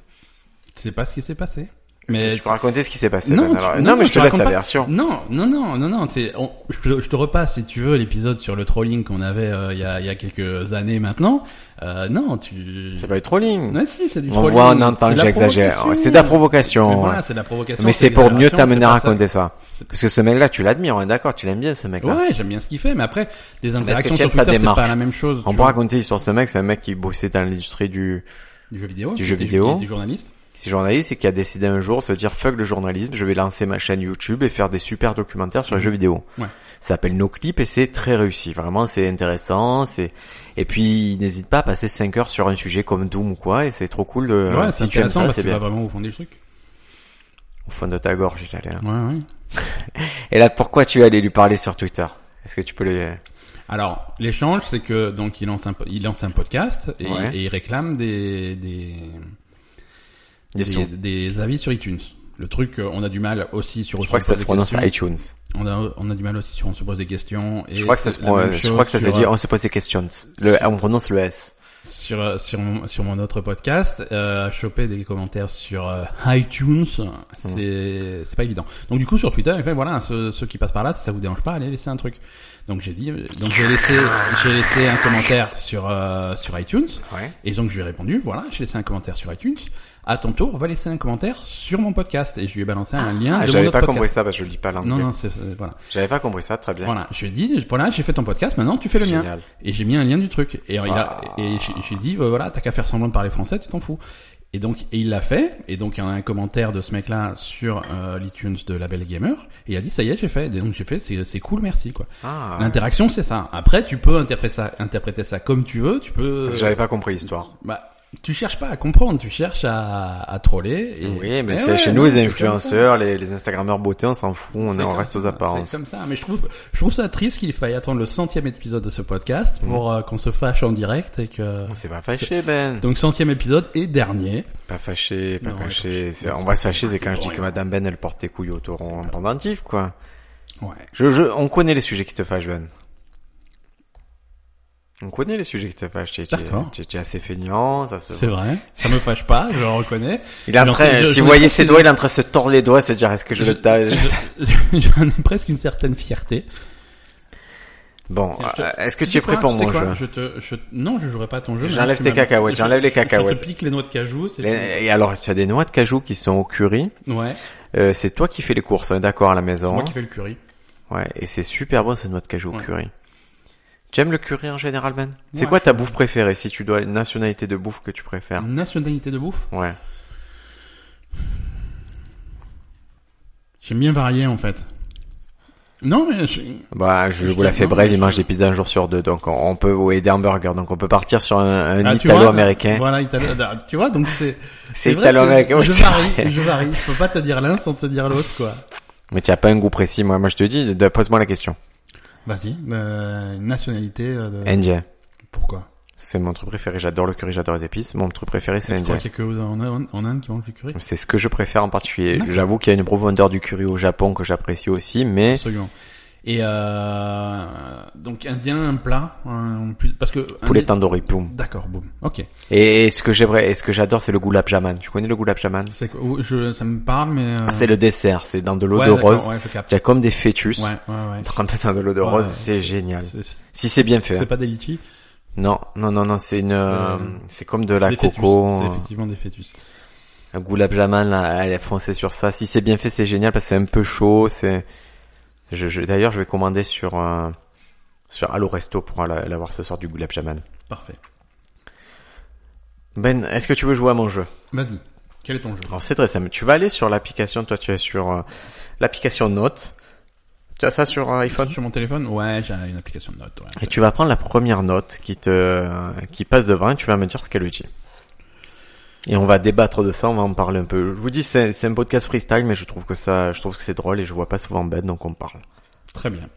[SPEAKER 2] C'est pas ce qui s'est passé.
[SPEAKER 1] Mais
[SPEAKER 2] Mais
[SPEAKER 1] je peux raconter ce qui s'est passé. Ben,
[SPEAKER 2] Non, tu-
[SPEAKER 1] alors.
[SPEAKER 2] non,
[SPEAKER 1] non, mais
[SPEAKER 2] non,
[SPEAKER 1] je
[SPEAKER 2] je
[SPEAKER 1] te
[SPEAKER 2] te
[SPEAKER 1] laisse
[SPEAKER 2] raconte
[SPEAKER 1] la
[SPEAKER 2] pas.
[SPEAKER 1] version.
[SPEAKER 2] Non, non, non, non, non. c'est- on- je, te- je te repasse, si tu veux, l'épisode sur le trolling qu'on avait euh, il y, a, il y a quelques années maintenant. Euh, non, tu...
[SPEAKER 1] C'est pas du trolling.
[SPEAKER 2] Ouais, si, c'est
[SPEAKER 1] On
[SPEAKER 2] du trolling.
[SPEAKER 1] voit, on
[SPEAKER 2] C'est
[SPEAKER 1] entend,
[SPEAKER 2] de la
[SPEAKER 1] j'exagère.
[SPEAKER 2] provocation.
[SPEAKER 1] C'est de la
[SPEAKER 2] Mais
[SPEAKER 1] provocation.
[SPEAKER 2] voilà,
[SPEAKER 1] ouais.
[SPEAKER 2] c'est de la provocation.
[SPEAKER 1] Mais c'est
[SPEAKER 2] de
[SPEAKER 1] pour
[SPEAKER 2] la
[SPEAKER 1] mieux
[SPEAKER 2] relation, c'est
[SPEAKER 1] t'amener à
[SPEAKER 2] pas ça.
[SPEAKER 1] raconter ça.
[SPEAKER 2] C'est-
[SPEAKER 1] Parce que ce mec-là, tu l'admires, on est d'accord, tu l'aimes bien ce mec-là.
[SPEAKER 2] Ouais, j'aime bien ce qu'il fait, mais après, des
[SPEAKER 1] que
[SPEAKER 2] interactions
[SPEAKER 1] tu aimes
[SPEAKER 2] sur
[SPEAKER 1] sa
[SPEAKER 2] Twitter, c'est
[SPEAKER 1] démarche
[SPEAKER 2] pas la même chose.
[SPEAKER 1] On
[SPEAKER 2] tu
[SPEAKER 1] peut
[SPEAKER 2] vois.
[SPEAKER 1] raconter l'histoire de ce mec, c'est un mec qui bossait dans l'industrie du,
[SPEAKER 2] Du jeu vidéo.
[SPEAKER 1] Du jeu
[SPEAKER 2] des-
[SPEAKER 1] vidéo.
[SPEAKER 2] Des journalistes.
[SPEAKER 1] C'est journaliste et qui a décidé un jour de se dire fuck le journalisme, je vais lancer ma chaîne YouTube et faire des super documentaires sur les jeux vidéo.
[SPEAKER 2] Mmh. Ouais.
[SPEAKER 1] Ça s'appelle Nos Clips et c'est très réussi. Vraiment, c'est intéressant. C'est et puis il n'hésite pas à passer 5 heures sur un sujet comme Doom ou quoi et c'est trop cool. De...
[SPEAKER 2] ouais, c'est
[SPEAKER 1] Euh, si tu aimes
[SPEAKER 2] intéressant
[SPEAKER 1] ça,
[SPEAKER 2] parce
[SPEAKER 1] c'est
[SPEAKER 2] que tu vas
[SPEAKER 1] bien.
[SPEAKER 2] vraiment au fond du truc.
[SPEAKER 1] Au fond de ta gorge, il allait. hein.
[SPEAKER 2] Ouais, ouais.
[SPEAKER 1] Et là, pourquoi tu es allé lui parler sur Twitter Est-ce que tu peux le
[SPEAKER 2] Alors, l'échange, c'est que donc il lance un, po- il lance un podcast et,
[SPEAKER 1] Ouais.
[SPEAKER 2] et il réclame des des,
[SPEAKER 1] des sous
[SPEAKER 2] des avis sur iTunes. Le truc, euh, on a du mal aussi sur.
[SPEAKER 1] Je crois que ça se prononce iTunes.
[SPEAKER 2] On a on a du mal aussi sur on se pose des questions. Et
[SPEAKER 1] Je crois que ça se
[SPEAKER 2] c'est la même
[SPEAKER 1] prononce. Je
[SPEAKER 2] chose
[SPEAKER 1] crois que ça se
[SPEAKER 2] sur,
[SPEAKER 1] dit.
[SPEAKER 2] euh,
[SPEAKER 1] On se pose des questions. Le... On prononce le S.
[SPEAKER 2] sur euh, sur mon, sur mon autre podcast. Euh, choper des commentaires sur euh, iTunes, c'est c'est pas évident. Donc du coup sur Twitter, il fait voilà ceux, ceux qui passent par là, si ça vous dérange pas, allez laisser un truc. Donc j'ai dit, euh, donc j'ai laissé j'ai laissé un commentaire sur euh, sur iTunes.
[SPEAKER 1] Ouais.
[SPEAKER 2] Et donc je lui ai répondu, voilà, j'ai laissé un commentaire sur iTunes. À ton tour, va laisser un commentaire sur mon podcast. Et je lui ai balancé un lien.
[SPEAKER 1] Ah,
[SPEAKER 2] de mon
[SPEAKER 1] j'avais
[SPEAKER 2] autre
[SPEAKER 1] pas compris
[SPEAKER 2] podcast.
[SPEAKER 1] ça parce que je lis pas l'anglais.
[SPEAKER 2] Non, non, c'est, c'est- voilà.
[SPEAKER 1] J'avais pas compris ça. Très bien.
[SPEAKER 2] Voilà, je lui ai dit, voilà, j'ai fait ton podcast, maintenant tu fais le mien.
[SPEAKER 1] Génial.
[SPEAKER 2] Et j'ai mis un lien du truc. Et, il a,
[SPEAKER 1] Ah.
[SPEAKER 2] et j'ai, j'ai dit, euh, voilà, t'as qu'à faire semblant de parler français, tu t'en fous. Et donc, et il l'a fait. Et donc, il y en a un commentaire de ce mec-là sur euh, l'iTunes de Label Gamer. Et il a dit, ça y est, j'ai fait. Et donc, j'ai fait, c'est, c'est cool, merci, quoi.
[SPEAKER 1] Ah,
[SPEAKER 2] L'interaction, c'est ça. Après, tu peux interpréter ça, interpréter ça comme tu veux. Tu peux.
[SPEAKER 1] parce que j'avais pas compris l'histoire.
[SPEAKER 2] Bah, tu cherches pas à comprendre, tu cherches à, à troller. Et...
[SPEAKER 1] Oui, mais
[SPEAKER 2] Eh
[SPEAKER 1] c'est
[SPEAKER 2] ouais,
[SPEAKER 1] chez
[SPEAKER 2] non,
[SPEAKER 1] nous les
[SPEAKER 2] c'est comme
[SPEAKER 1] influenceurs, les, les Instagrammeurs beauté, on s'en fout,
[SPEAKER 2] ça.
[SPEAKER 1] on, est-
[SPEAKER 2] C'est
[SPEAKER 1] on
[SPEAKER 2] comme
[SPEAKER 1] reste aux
[SPEAKER 2] ça,
[SPEAKER 1] apparences.
[SPEAKER 2] C'est comme ça, mais je trouve, je trouve ça triste qu'il faille attendre le centième épisode de ce podcast
[SPEAKER 1] Mm.
[SPEAKER 2] pour euh, qu'on se fâche en direct et que.
[SPEAKER 1] On s'est pas fâché, Ben.
[SPEAKER 2] Donc centième épisode et dernier.
[SPEAKER 1] Pas fâché, pas
[SPEAKER 2] Non, on est
[SPEAKER 1] fâché.
[SPEAKER 2] fâché.
[SPEAKER 1] c'est- On va se fâcher, c'est quand je dis
[SPEAKER 2] boring.
[SPEAKER 1] que Madame Ben, elle porte tes couilles au taureau en
[SPEAKER 2] pas-
[SPEAKER 1] pendentif, quoi.
[SPEAKER 2] Ouais.
[SPEAKER 1] Je, je, on connaît les sujets qui te fâchent, Ben. On connaît les sujets que t'as pas achetés.
[SPEAKER 2] D'accord.
[SPEAKER 1] T'es assez feignant, ça se
[SPEAKER 2] C'est vrai. Ça me fâche pas, je le reconnais.
[SPEAKER 1] Il est en
[SPEAKER 2] J'en
[SPEAKER 1] train,
[SPEAKER 2] sais- je-
[SPEAKER 1] si
[SPEAKER 2] je-
[SPEAKER 1] vous voyez ses doigts, il est en train de se tordre les doigts, c'est-à-dire est-ce que je
[SPEAKER 2] Je-
[SPEAKER 1] le tape
[SPEAKER 2] je- J'en ai presque une certaine fierté.
[SPEAKER 1] Bon,
[SPEAKER 2] Tiens, je te-
[SPEAKER 1] euh, est-ce que
[SPEAKER 2] Tu
[SPEAKER 1] tu
[SPEAKER 2] sais
[SPEAKER 1] es prêt
[SPEAKER 2] quoi,
[SPEAKER 1] pour
[SPEAKER 2] tu sais
[SPEAKER 1] mon
[SPEAKER 2] quoi,
[SPEAKER 1] jeu
[SPEAKER 2] je te, je- Non, je jouerai pas à ton jeu. mais
[SPEAKER 1] J'enlève
[SPEAKER 2] tu
[SPEAKER 1] tes
[SPEAKER 2] m'as-
[SPEAKER 1] cacahuètes,
[SPEAKER 2] je-
[SPEAKER 1] j'enlève les
[SPEAKER 2] je- Je
[SPEAKER 1] cacahuètes.
[SPEAKER 2] te pique les noix de cajou. c'est
[SPEAKER 1] Les- Et alors, tu as des noix de cajou qui sont au curry.
[SPEAKER 2] tout. Ouais,
[SPEAKER 1] Euh, c'est toi qui fais les courses, hein, d'accord, à la
[SPEAKER 2] c'est
[SPEAKER 1] maison.
[SPEAKER 2] moi qui fais le curry.
[SPEAKER 1] Ouais, et c'est super bon cette noix de cajou au
[SPEAKER 2] Ouais.
[SPEAKER 1] curry. Tu aimes le curry en général, Ben C'est
[SPEAKER 2] Ouais,
[SPEAKER 1] quoi ta
[SPEAKER 2] j'aime
[SPEAKER 1] bouffe préférée, si tu dois une nationalité de bouffe que tu préfères
[SPEAKER 2] Mm. Nationalité de bouffe
[SPEAKER 1] Ouais.
[SPEAKER 2] J'aime bien varier en fait. Non, mais je...
[SPEAKER 1] Bah, je
[SPEAKER 2] Je
[SPEAKER 1] vous la
[SPEAKER 2] te-
[SPEAKER 1] fais
[SPEAKER 2] non,
[SPEAKER 1] brève,
[SPEAKER 2] je-
[SPEAKER 1] il mange des pizzas un jour sur deux, donc on on peut, ou et des hamburgers, donc on peut partir sur un, un
[SPEAKER 2] Ah, tu vois,
[SPEAKER 1] italo-américain.
[SPEAKER 2] Voilà, italo... ah, tu vois, donc c'est.
[SPEAKER 1] Eh. C'est
[SPEAKER 2] vrai que
[SPEAKER 1] italo-américain, ouais,
[SPEAKER 2] Je
[SPEAKER 1] c'est
[SPEAKER 2] varie,
[SPEAKER 1] vrai.
[SPEAKER 2] je varie. Je peux pas te dire l'un sans te dire l'autre,
[SPEAKER 1] [laughs]
[SPEAKER 2] quoi.
[SPEAKER 1] Mais tu as pas un goût précis, moi, moi je te dis, de- pose-moi la question.
[SPEAKER 2] Vas-y. Euh, nationalité. euh, de-
[SPEAKER 1] Indien.
[SPEAKER 2] Pourquoi
[SPEAKER 1] C'est mon truc préféré, j'adore le curry, j'adore les épices, mon truc préféré c'est
[SPEAKER 2] Je crois
[SPEAKER 1] indien.
[SPEAKER 2] qu'il y a que aux- en, en- en Inde qui mangent le curry.
[SPEAKER 1] C'est ce que je préfère en particulier.
[SPEAKER 2] D'accord.
[SPEAKER 1] J'avoue qu'il y a une profondeur du curry au Japon que j'apprécie aussi, mais
[SPEAKER 2] Absolument. Et euh, donc indien un plat un- plus- parce que
[SPEAKER 1] poulet
[SPEAKER 2] indi-
[SPEAKER 1] tandoori, poum.
[SPEAKER 2] D'accord, boum. Ok.
[SPEAKER 1] Et, et ce que j'aimerais, et ce que j'adore, c'est le goulab jaman. Tu connais le goulab jaman
[SPEAKER 2] C'est quoi oh, je, ça me parle, mais euh...
[SPEAKER 1] Ah, C'est le dessert, c'est dans de l'eau
[SPEAKER 2] ouais,
[SPEAKER 1] de
[SPEAKER 2] d'accord,
[SPEAKER 1] rose.
[SPEAKER 2] Ouais, je capte.
[SPEAKER 1] Tu as comme des fœtus
[SPEAKER 2] Ouais, ouais, ouais.
[SPEAKER 1] trempés dans de l'eau de rose,
[SPEAKER 2] Ouais.
[SPEAKER 1] c'est génial.
[SPEAKER 2] C'est-
[SPEAKER 1] Si c'est bien fait.
[SPEAKER 2] C'est
[SPEAKER 1] hein.
[SPEAKER 2] pas des litchis.
[SPEAKER 1] Non, non, non, non, c'est une, euh,
[SPEAKER 2] Euh,
[SPEAKER 1] c'est comme de la
[SPEAKER 2] C'est des fœtus.
[SPEAKER 1] coco,
[SPEAKER 2] C'est
[SPEAKER 1] euh,
[SPEAKER 2] effectivement des fœtus.
[SPEAKER 1] un goulab jaman, là, elle est foncée sur ça. Si c'est bien fait, c'est génial parce que c'est un peu chaud, c'est, je, je- d'ailleurs, je vais commander sur, euh, sur Allo Resto pour la- l'avoir ce soir du goulab jaman.
[SPEAKER 2] Parfait.
[SPEAKER 1] Ben, est-ce que tu veux jouer à mon jeu?
[SPEAKER 2] Vas-y. Quel est ton jeu
[SPEAKER 1] Alors c'est très simple. Tu vas aller sur l'application, toi tu es sur euh, l'application Note. Tu as ça sur euh, iPhone
[SPEAKER 2] Sur mon téléphone Ouais, j'ai une application de notes. Ouais.
[SPEAKER 1] Et tu vas prendre la première note qui te euh, qui passe devant et tu vas me dire ce qu'elle dit. Et on va débattre de ça, on va en parler un peu. Je vous dis c'est c'est un podcast freestyle mais je trouve que ça je trouve que c'est drôle et je vois pas souvent bête donc on parle.
[SPEAKER 2] Très bien.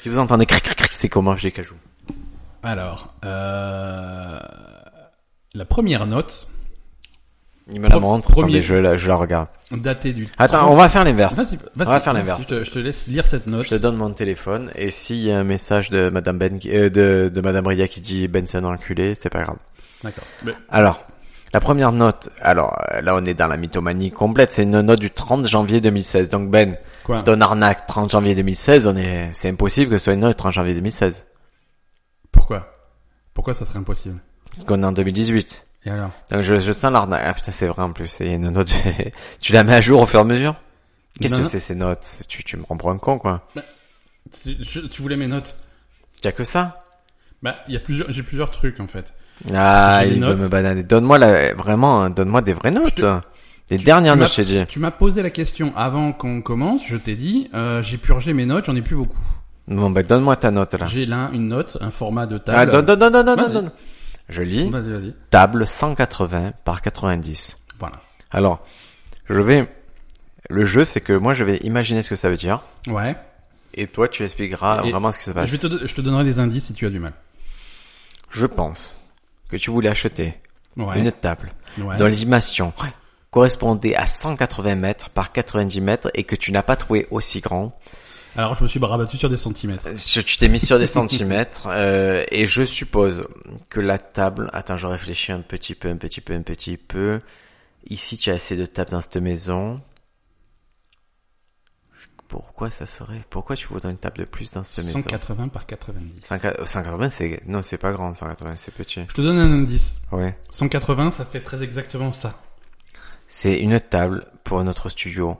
[SPEAKER 1] Si vous entendez cric cric cric c'est comment j'ai cajou.
[SPEAKER 2] Alors, euh... la première note
[SPEAKER 1] Il me la
[SPEAKER 2] Pre-
[SPEAKER 1] montre,
[SPEAKER 2] premier-
[SPEAKER 1] attendez, je la, je la regarde.
[SPEAKER 2] datée du.
[SPEAKER 1] Attends,
[SPEAKER 2] 30
[SPEAKER 1] on va faire l'inverse.
[SPEAKER 2] Vas-y, vas-y,
[SPEAKER 1] Ah, On va faire
[SPEAKER 2] vas-y,
[SPEAKER 1] l'inverse.
[SPEAKER 2] Je, te- je te laisse lire cette note.
[SPEAKER 1] Je te donne mon téléphone et s'il y a un message de madame Ben qui- euh, de de madame Ria qui dit Benson enculé, c'est pas grave.
[SPEAKER 2] D'accord. Mais-
[SPEAKER 1] Alors, la première note, alors euh, là on est dans la mythomanie complète, c'est une note du 30 janvier 2016. Donc Ben,
[SPEAKER 2] Quoi
[SPEAKER 1] ton arnaque 30 janvier 2016, on est, c'est impossible que ce soit une note du 30 janvier 2016.
[SPEAKER 2] Pourquoi Pourquoi ça serait impossible
[SPEAKER 1] Parce qu'on est en 2018.
[SPEAKER 2] Et alors
[SPEAKER 1] Donc je, je sens l'arnaque. Ah putain c'est vrai en plus, il y a une note, [laughs] tu la mets à jour au fur et à mesure Qu'est-ce
[SPEAKER 2] Non,
[SPEAKER 1] que
[SPEAKER 2] non.
[SPEAKER 1] c'est ces notes tu, tu me rends pour un con quoi.
[SPEAKER 2] tu, je- tu voulais mes notes
[SPEAKER 1] Y a que ça
[SPEAKER 2] Bah, il y a plusieurs, j'ai plusieurs trucs en fait.
[SPEAKER 1] Ah,
[SPEAKER 2] J'ai des
[SPEAKER 1] il veut
[SPEAKER 2] notes.
[SPEAKER 1] me bananer. Donne-moi la, vraiment, hein, donne-moi des vraies notes. Des dernières
[SPEAKER 2] tu
[SPEAKER 1] notes,
[SPEAKER 2] m'as-
[SPEAKER 1] je t'ai dit.
[SPEAKER 2] Tu m'as posé la question avant qu'on commence. Je t'ai dit, euh, j'ai purgé mes notes, j'en ai plus beaucoup.
[SPEAKER 1] Bon, bah, donne-moi ta note, là.
[SPEAKER 2] J'ai là une note, un format de table.
[SPEAKER 1] Ah, donne, donne, donne, donne,
[SPEAKER 2] Vas-y.
[SPEAKER 1] donne. Je lis.
[SPEAKER 2] Vas-y, vas-y.
[SPEAKER 1] table 180 par 90.
[SPEAKER 2] Voilà.
[SPEAKER 1] Alors, je vais, le jeu, c'est que moi, je vais imaginer ce que ça veut dire.
[SPEAKER 2] Ouais.
[SPEAKER 1] Et toi, tu expliqueras
[SPEAKER 2] Et-
[SPEAKER 1] vraiment ce que ça passe.
[SPEAKER 2] Je, vais te, do- je te donnerai des indices si tu as du mal.
[SPEAKER 1] Je pense que tu voulais acheter
[SPEAKER 2] Ouais.
[SPEAKER 1] une table
[SPEAKER 2] ouais.
[SPEAKER 1] dont l'estimation correspondait à 180 mètres par 90 mètres et que tu n'as pas trouvé aussi grand.
[SPEAKER 2] Alors je me suis rabattu sur des centimètres.
[SPEAKER 1] Euh, Tu t'es mis sur des centimètres [laughs] euh, et je suppose que la table... Attends, je réfléchis un petit peu, un petit peu, un petit peu. Ici, tu as assez de tables dans cette maison. Pourquoi ça serait Pourquoi tu voudrais une table de plus dans cette maison
[SPEAKER 2] 180 par 90.
[SPEAKER 1] 180, 180, c'est... Non, c'est pas grand, 180, c'est petit.
[SPEAKER 2] Je te donne un indice.
[SPEAKER 1] Ouais.
[SPEAKER 2] 180, ça fait très exactement ça.
[SPEAKER 1] C'est une table pour notre studio.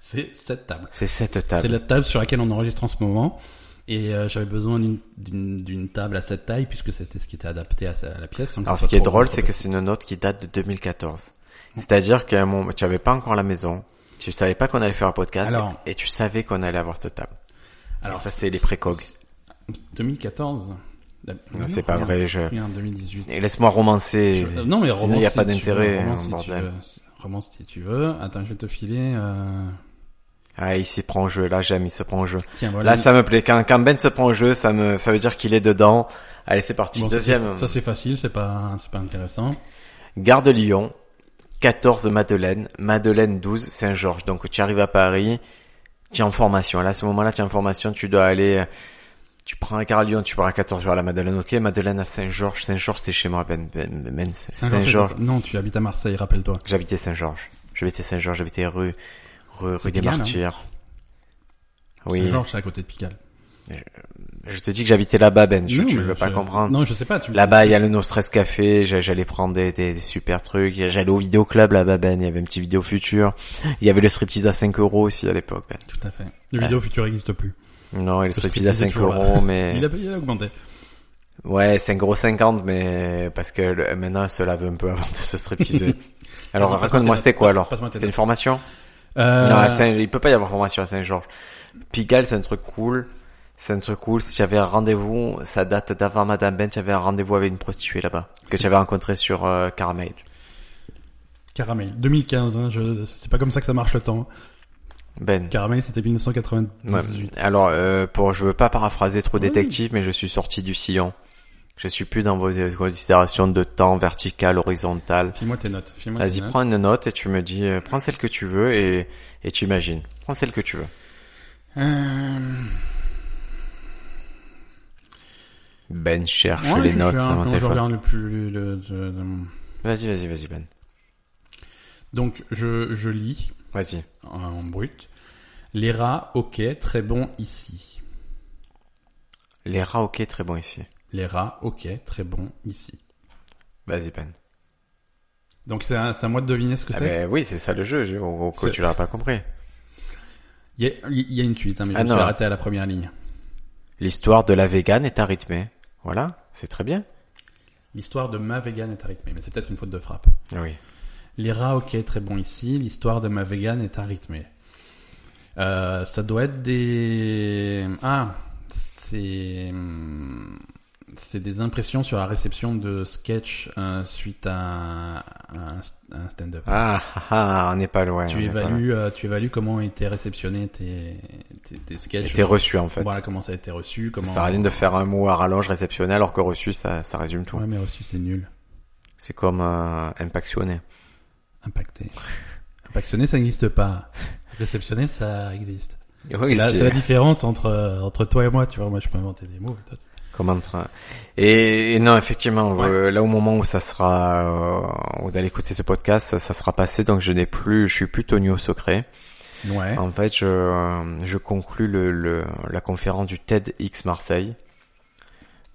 [SPEAKER 2] C'est cette table.
[SPEAKER 1] C'est cette
[SPEAKER 2] C'est
[SPEAKER 1] table.
[SPEAKER 2] la table sur laquelle on enregistre en ce moment. Et euh, j'avais besoin d'une- d'une d'une table à cette taille puisque c'était ce qui était adapté à, sa- à la pièce. sans qu'elle
[SPEAKER 1] Alors, ce
[SPEAKER 2] soit
[SPEAKER 1] qui est
[SPEAKER 2] trop
[SPEAKER 1] drôle,
[SPEAKER 2] grande,
[SPEAKER 1] c'est
[SPEAKER 2] trop
[SPEAKER 1] que c'est une note qui date de 2014. C'est-à-dire qu'à un moment, tu avais pas encore la maison, tu savais pas qu'on allait faire un podcast,
[SPEAKER 2] Alors.
[SPEAKER 1] et tu savais qu'on allait avoir cette table.
[SPEAKER 2] petite.
[SPEAKER 1] Alors, ça, c'est les précogs.
[SPEAKER 2] 2014.
[SPEAKER 1] Non, c'est pas
[SPEAKER 2] regarde,
[SPEAKER 1] vrai, je...
[SPEAKER 2] Regarde 2018.
[SPEAKER 1] Et Laisse-moi romancer.
[SPEAKER 2] Je- euh, non mais
[SPEAKER 1] Sinon,
[SPEAKER 2] romance.
[SPEAKER 1] y a
[SPEAKER 2] si
[SPEAKER 1] pas
[SPEAKER 2] tu veux,
[SPEAKER 1] d'intérêt, hein,
[SPEAKER 2] Romance, si tu
[SPEAKER 1] bordel.
[SPEAKER 2] veux. Romance si tu veux. Attends, je vais te filer. euh,
[SPEAKER 1] Ah, il s'y prend au jeu, là, j'aime, il se prend au jeu.
[SPEAKER 2] Tiens, voilà.
[SPEAKER 1] Là, ça me plaît. Quand, quand Ben se prend au jeu, ça me, ça veut dire qu'il est dedans. Allez, c'est parti.
[SPEAKER 2] Bon, ça, c'est-
[SPEAKER 1] Deuxième.
[SPEAKER 2] Ça c'est facile, c'est pas, c'est pas intéressant.
[SPEAKER 1] Gare de Lyon. 14 Madeleine. Madeleine 12 Saint-Georges. Donc, tu arrives à Paris. Tu es en formation. Là, à ce moment-là, tu es en formation. Tu dois aller, euh, tu prends un car à Lyon, tu pars à 14 jours à la Madeleine, ok, Madeleine à Saint-Georges, Saint-Georges c'est chez moi, ben, ben, ben, ben, Saint-Georges.
[SPEAKER 2] Non, tu habites à Marseille, rappelle-toi.
[SPEAKER 1] J'habitais Saint-Georges. J'habitais Saint-Georges, j'habitais rue, rue, rue des
[SPEAKER 2] Pigalle, hein.
[SPEAKER 1] Martyrs. Oui.
[SPEAKER 2] Saint-Georges, c'est à côté de Pigalle.
[SPEAKER 1] Je te dis que j'habitais là-bas, Ben, tu,
[SPEAKER 2] Non,
[SPEAKER 1] tu
[SPEAKER 2] mais
[SPEAKER 1] veux pas
[SPEAKER 2] je-
[SPEAKER 1] comprendre.
[SPEAKER 2] Non, je sais pas. Tu...
[SPEAKER 1] Là-bas, il y a le No Stress Café, j'a- j'allais prendre des, des, des super trucs, j'allais au vidéo club là-bas, Ben, il y avait un petit vidéo futur. Il y avait le striptease à 5 euros aussi à l'époque, Ben.
[SPEAKER 2] Tout à fait. Le
[SPEAKER 1] Ouais.
[SPEAKER 2] vidéo futur n'existe plus.
[SPEAKER 1] Non, et le striptease à
[SPEAKER 2] striptease
[SPEAKER 1] 5
[SPEAKER 2] est toujours là.
[SPEAKER 1] euros, mais...
[SPEAKER 2] [laughs] Il, a, il a augmenté.
[SPEAKER 1] Ouais, 5 gros 50, mais parce que le- maintenant elle se lave un peu avant de se
[SPEAKER 2] [laughs]
[SPEAKER 1] stripteaser. alors
[SPEAKER 2] Passe-moi
[SPEAKER 1] raconte-moi
[SPEAKER 2] tes
[SPEAKER 1] c'était quoi
[SPEAKER 2] notes,
[SPEAKER 1] alors
[SPEAKER 2] passe-moi tes
[SPEAKER 1] C'est une
[SPEAKER 2] notes.
[SPEAKER 1] formation
[SPEAKER 2] Euh,
[SPEAKER 1] Non, à Saint- il peut pas y avoir formation à Saint-Georges. Pigalle, c'est un truc cool. C'est un truc cool. Si j'avais un rendez-vous, ça date d'avant Madame Ben, j'avais un rendez-vous avec une prostituée là-bas que j'avais rencontrée sur euh, Caramel.
[SPEAKER 2] Caramel. 2015, hein, je... c'est pas comme ça que ça marche le temps.
[SPEAKER 1] Ben.
[SPEAKER 2] Caramel, c'était 1998.
[SPEAKER 1] Ouais. Alors euh, pour je veux pas paraphraser trop
[SPEAKER 2] Oui.
[SPEAKER 1] détective, mais je suis sorti du sillon. Je suis plus dans vos euh, considérations de temps vertical, horizontal.
[SPEAKER 2] File-moi tes notes. File-moi tes
[SPEAKER 1] Vas-y,
[SPEAKER 2] notes.
[SPEAKER 1] prends une note et tu me dis, euh, prends celle que tu veux et, et tu imagines. Prends celle que tu veux.
[SPEAKER 2] Euh...
[SPEAKER 1] Ben cherche
[SPEAKER 2] ouais,
[SPEAKER 1] les
[SPEAKER 2] je-
[SPEAKER 1] notes.
[SPEAKER 2] Je,
[SPEAKER 1] sur mon
[SPEAKER 2] je, je
[SPEAKER 1] téléphone.
[SPEAKER 2] regarde le plus. le- le- le-
[SPEAKER 1] Vas-y, vas-y, vas-y, Ben.
[SPEAKER 2] Donc, je, je lis
[SPEAKER 1] Vas-y.
[SPEAKER 2] en brut. Les rats, ok, très bon ici.
[SPEAKER 1] Les rats, ok, très bon ici.
[SPEAKER 2] Les rats, ok, très bon ici.
[SPEAKER 1] Vas-y, Ben.
[SPEAKER 2] Donc, c'est à, c'est à moi de deviner ce que
[SPEAKER 1] Ah
[SPEAKER 2] c'est.
[SPEAKER 1] ben oui, c'est ça le jeu. je- En gros, que
[SPEAKER 2] C'est-
[SPEAKER 1] tu l'auras pas compris.
[SPEAKER 2] Il y, a, il y a une suite, hein, mais je
[SPEAKER 1] Ah
[SPEAKER 2] me
[SPEAKER 1] non.
[SPEAKER 2] suis arrêté à la première ligne.
[SPEAKER 1] L'histoire de la végane est à rythmer. Voilà, c'est très bien.
[SPEAKER 2] L'histoire de ma vegan est à rythmer, mais c'est peut-être une faute de frappe.
[SPEAKER 1] Oui.
[SPEAKER 2] Les rats, ok, très bon ici. L'histoire de ma vegan est à rythmer. Euh, ça doit être des... Ah, c'est... hum, C'est des impressions sur la réception de sketch euh, suite à un, un stand-up.
[SPEAKER 1] Ah, ah, ah, on n'est pas loin. on
[SPEAKER 2] tu,
[SPEAKER 1] n'est pas loin.
[SPEAKER 2] évalues, euh, tu évalues comment étaient réceptionnés tes, tes, tes sketchs.
[SPEAKER 1] Et t'es reçu, en fait.
[SPEAKER 2] Voilà comment ça a été reçu. Comment...
[SPEAKER 1] Ça sert à rien de faire un mot à rallonge réceptionné alors que reçu, ça, ça résume tout.
[SPEAKER 2] Ouais, mais reçu, c'est nul.
[SPEAKER 1] C'est comme euh, impactionné.
[SPEAKER 2] Impacté. Impactionné, ça n'existe pas. Réceptionné, ça existe.
[SPEAKER 1] Oui,
[SPEAKER 2] C'est la,
[SPEAKER 1] c'est-
[SPEAKER 2] c'est la différence entre, euh, entre toi et moi, tu vois. Moi, je peux inventer des mots. toi, tu-
[SPEAKER 1] Comment tra- et, et non, effectivement,
[SPEAKER 2] Ouais.
[SPEAKER 1] euh, là au moment où ça sera, euh, où d'aller écouter ce podcast, ça, ça sera passé, donc je n'ai plus, je suis plus tenu au secret.
[SPEAKER 2] Ouais.
[SPEAKER 1] En fait, je, euh, je conclus le, le- la conférence du TEDx Marseille,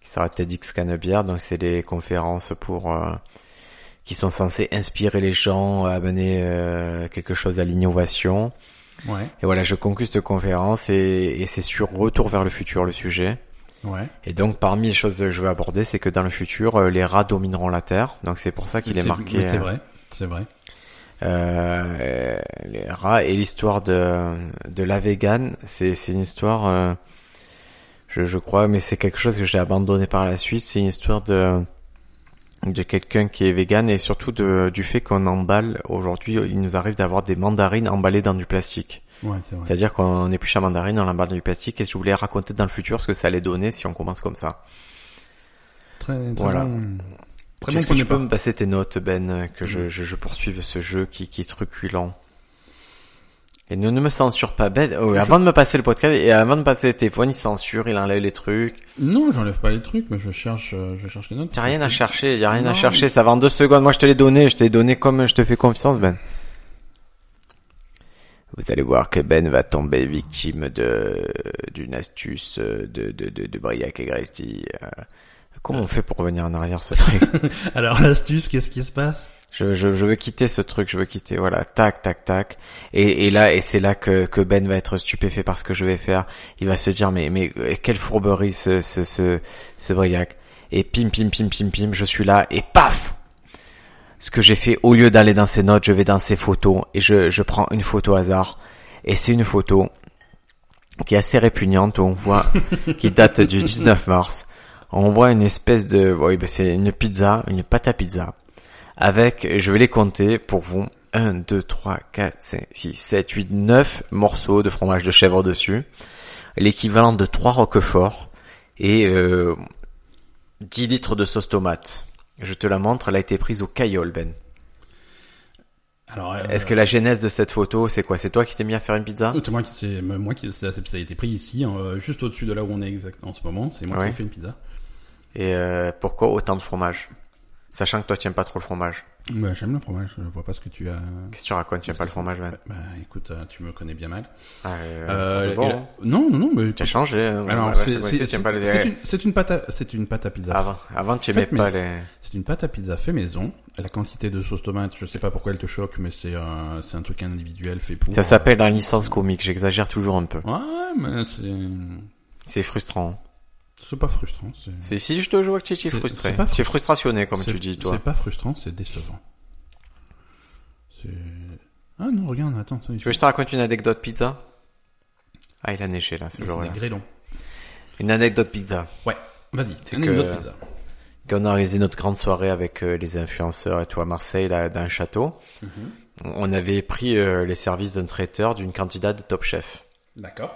[SPEAKER 1] qui sera TEDx Canebière, donc c'est des conférences pour euh, qui sont censées inspirer les gens, amener euh, quelque chose à l'innovation.
[SPEAKER 2] Ouais.
[SPEAKER 1] Et voilà, je conclus cette conférence et, et c'est sur Retour vers le futur le sujet.
[SPEAKER 2] Ouais.
[SPEAKER 1] Et donc parmi les choses que je veux aborder, c'est que dans le futur, euh, les rats domineront la Terre. Donc c'est pour ça qu'il est,
[SPEAKER 2] C'est-
[SPEAKER 1] marqué
[SPEAKER 2] mais C'est
[SPEAKER 1] euh,
[SPEAKER 2] vrai. C'est vrai.
[SPEAKER 1] euh, les rats et l'histoire de de la végane. C'est c'est une histoire, euh, je je crois, mais c'est quelque chose que j'ai abandonné par la suite. C'est une histoire de de quelqu'un qui est végane et surtout de, du fait qu'on emballe aujourd'hui, il nous arrive d'avoir des mandarines emballées dans du plastique.
[SPEAKER 2] Ouais, c'est vrai.
[SPEAKER 1] C'est-à-dire qu'on épluche la mandarine, on l'emballe dans du plastique et je voulais raconter dans le futur ce que ça allait donner si on commence comme ça.
[SPEAKER 2] Très, très
[SPEAKER 1] Voilà.
[SPEAKER 2] bon. Très
[SPEAKER 1] Est-ce
[SPEAKER 2] bon
[SPEAKER 1] que
[SPEAKER 2] qu'on
[SPEAKER 1] tu
[SPEAKER 2] n'ait
[SPEAKER 1] peux
[SPEAKER 2] pas.
[SPEAKER 1] me passer tes notes, Ben, euh, que je, je, je poursuive ce jeu qui, qui est truculent. Et ne, ne me censure pas, Ben. Oh, avant de me passer le podcast et avant de passer le téléphone, il censure, il enlève les trucs.
[SPEAKER 2] Non, j'enlève pas les trucs, mais je cherche, euh, je cherche les notes.
[SPEAKER 1] T'as rien à chercher, y a rien à
[SPEAKER 2] Non.
[SPEAKER 1] chercher. Ça va en deux secondes. Moi, je te l'ai donné, je t'ai donné comme je te fais confiance, Ben. Vous allez voir que Ben va tomber victime de d'une astuce euh, de de de, de Briac et Gresti. euh. Comment on fait pour revenir en arrière ce truc
[SPEAKER 2] Alors, l'astuce, qu'est-ce qui se passe?
[SPEAKER 1] Je, je, je veux quitter ce truc, je veux quitter, voilà, tac, tac, tac. Et, et là, et c'est là que, que Ben va être stupéfait par ce que je vais faire. Il va se dire, mais, mais euh, quelle fourberie ce, ce, ce, ce Briac. Et pim, pim, pim, pim, pim, je suis là, et paf Ce que j'ai fait, au lieu d'aller dans ses notes, je vais dans ses photos, et je, je prends une photo hasard. Et c'est une photo qui est assez répugnante, où on voit, qui date du 19 mars. On voit une espèce de, oui, ben, c'est une pizza, une pâte à pizza avec, je vais les compter pour vous, 1, 2, 3, 4, 5, 6, 7, 8, 9 morceaux de fromage de chèvre dessus, l'équivalent de 3 roqueforts et euh, 10 litres de sauce tomate. Je te la montre, elle a été prise au caillol, Ben.
[SPEAKER 2] Alors, euh,
[SPEAKER 1] Est-ce que la genèse de cette photo, c'est quoi C'est toi qui t'es mis à faire une
[SPEAKER 2] [laughs]
[SPEAKER 1] pizza
[SPEAKER 2] C'est moi qui, c'est moi qui, ça, ça a été pris ici, hein, euh, juste au-dessus de là où on est exact en ce moment. C'est moi
[SPEAKER 1] Ouais.
[SPEAKER 2] qui ai fait une pizza.
[SPEAKER 1] Et euh, pourquoi autant de fromage Sachant que toi, tu aimes pas trop le fromage.
[SPEAKER 2] Bah, j'aime le fromage. Je vois pas ce que tu as.
[SPEAKER 1] Qu'est-ce que tu racontes Tu aimes pas le fromage, man
[SPEAKER 2] Bah, écoute, euh, tu me connais bien mal.
[SPEAKER 1] Ah, euh,
[SPEAKER 2] Euh,
[SPEAKER 1] c'est bon,
[SPEAKER 2] et la-
[SPEAKER 1] hein.
[SPEAKER 2] Non, non, non, mais
[SPEAKER 1] T'as changé. hein.
[SPEAKER 2] Alors,
[SPEAKER 1] Ouais,
[SPEAKER 2] c'est-
[SPEAKER 1] c'est bon,
[SPEAKER 2] c'est-
[SPEAKER 1] si, tu aimes pas les- Ah,
[SPEAKER 2] c'est une- c'est une pâte à, c'est une pâte à pizza.
[SPEAKER 1] Avant, avant tu aimais
[SPEAKER 2] Faites, mais-
[SPEAKER 1] pas les...
[SPEAKER 2] C'est une pâte à pizza fait maison. La quantité de sauce tomate, je sais pas pourquoi elle te choque, mais c'est euh, c'est un truc individuel fait pour. euh.
[SPEAKER 1] Ça s'appelle la licence comique, j'exagère toujours un peu.
[SPEAKER 2] Ouais, mais c'est
[SPEAKER 1] C'est frustrant.
[SPEAKER 2] c'est pas frustrant. c'est-
[SPEAKER 1] C'est si je te joue avec Chichi
[SPEAKER 2] C'est-
[SPEAKER 1] frustré.
[SPEAKER 2] c'est pas fr-
[SPEAKER 1] Tu es frustrationné, comme
[SPEAKER 2] c'est-
[SPEAKER 1] tu dis, toi.
[SPEAKER 2] C'est pas frustrant, c'est décevant. C'est ah non, regarde, attends, ça,
[SPEAKER 1] Tu veux que je te raconte une anecdote pizza Ah, il a neigé, là, ce
[SPEAKER 2] c'est
[SPEAKER 1] jour-là.
[SPEAKER 2] des grêlons.
[SPEAKER 1] Une anecdote pizza.
[SPEAKER 2] Vas-y,
[SPEAKER 1] C'est
[SPEAKER 2] c'est une
[SPEAKER 1] que-
[SPEAKER 2] autre pizza.
[SPEAKER 1] Qu'on a organisé notre grande soirée avec euh, les influenceurs et tout à Marseille, là, d'un château.
[SPEAKER 2] Mhm.
[SPEAKER 1] On avait pris euh, les services d'un traiteur d'une candidate de Top Chef.
[SPEAKER 2] D'accord.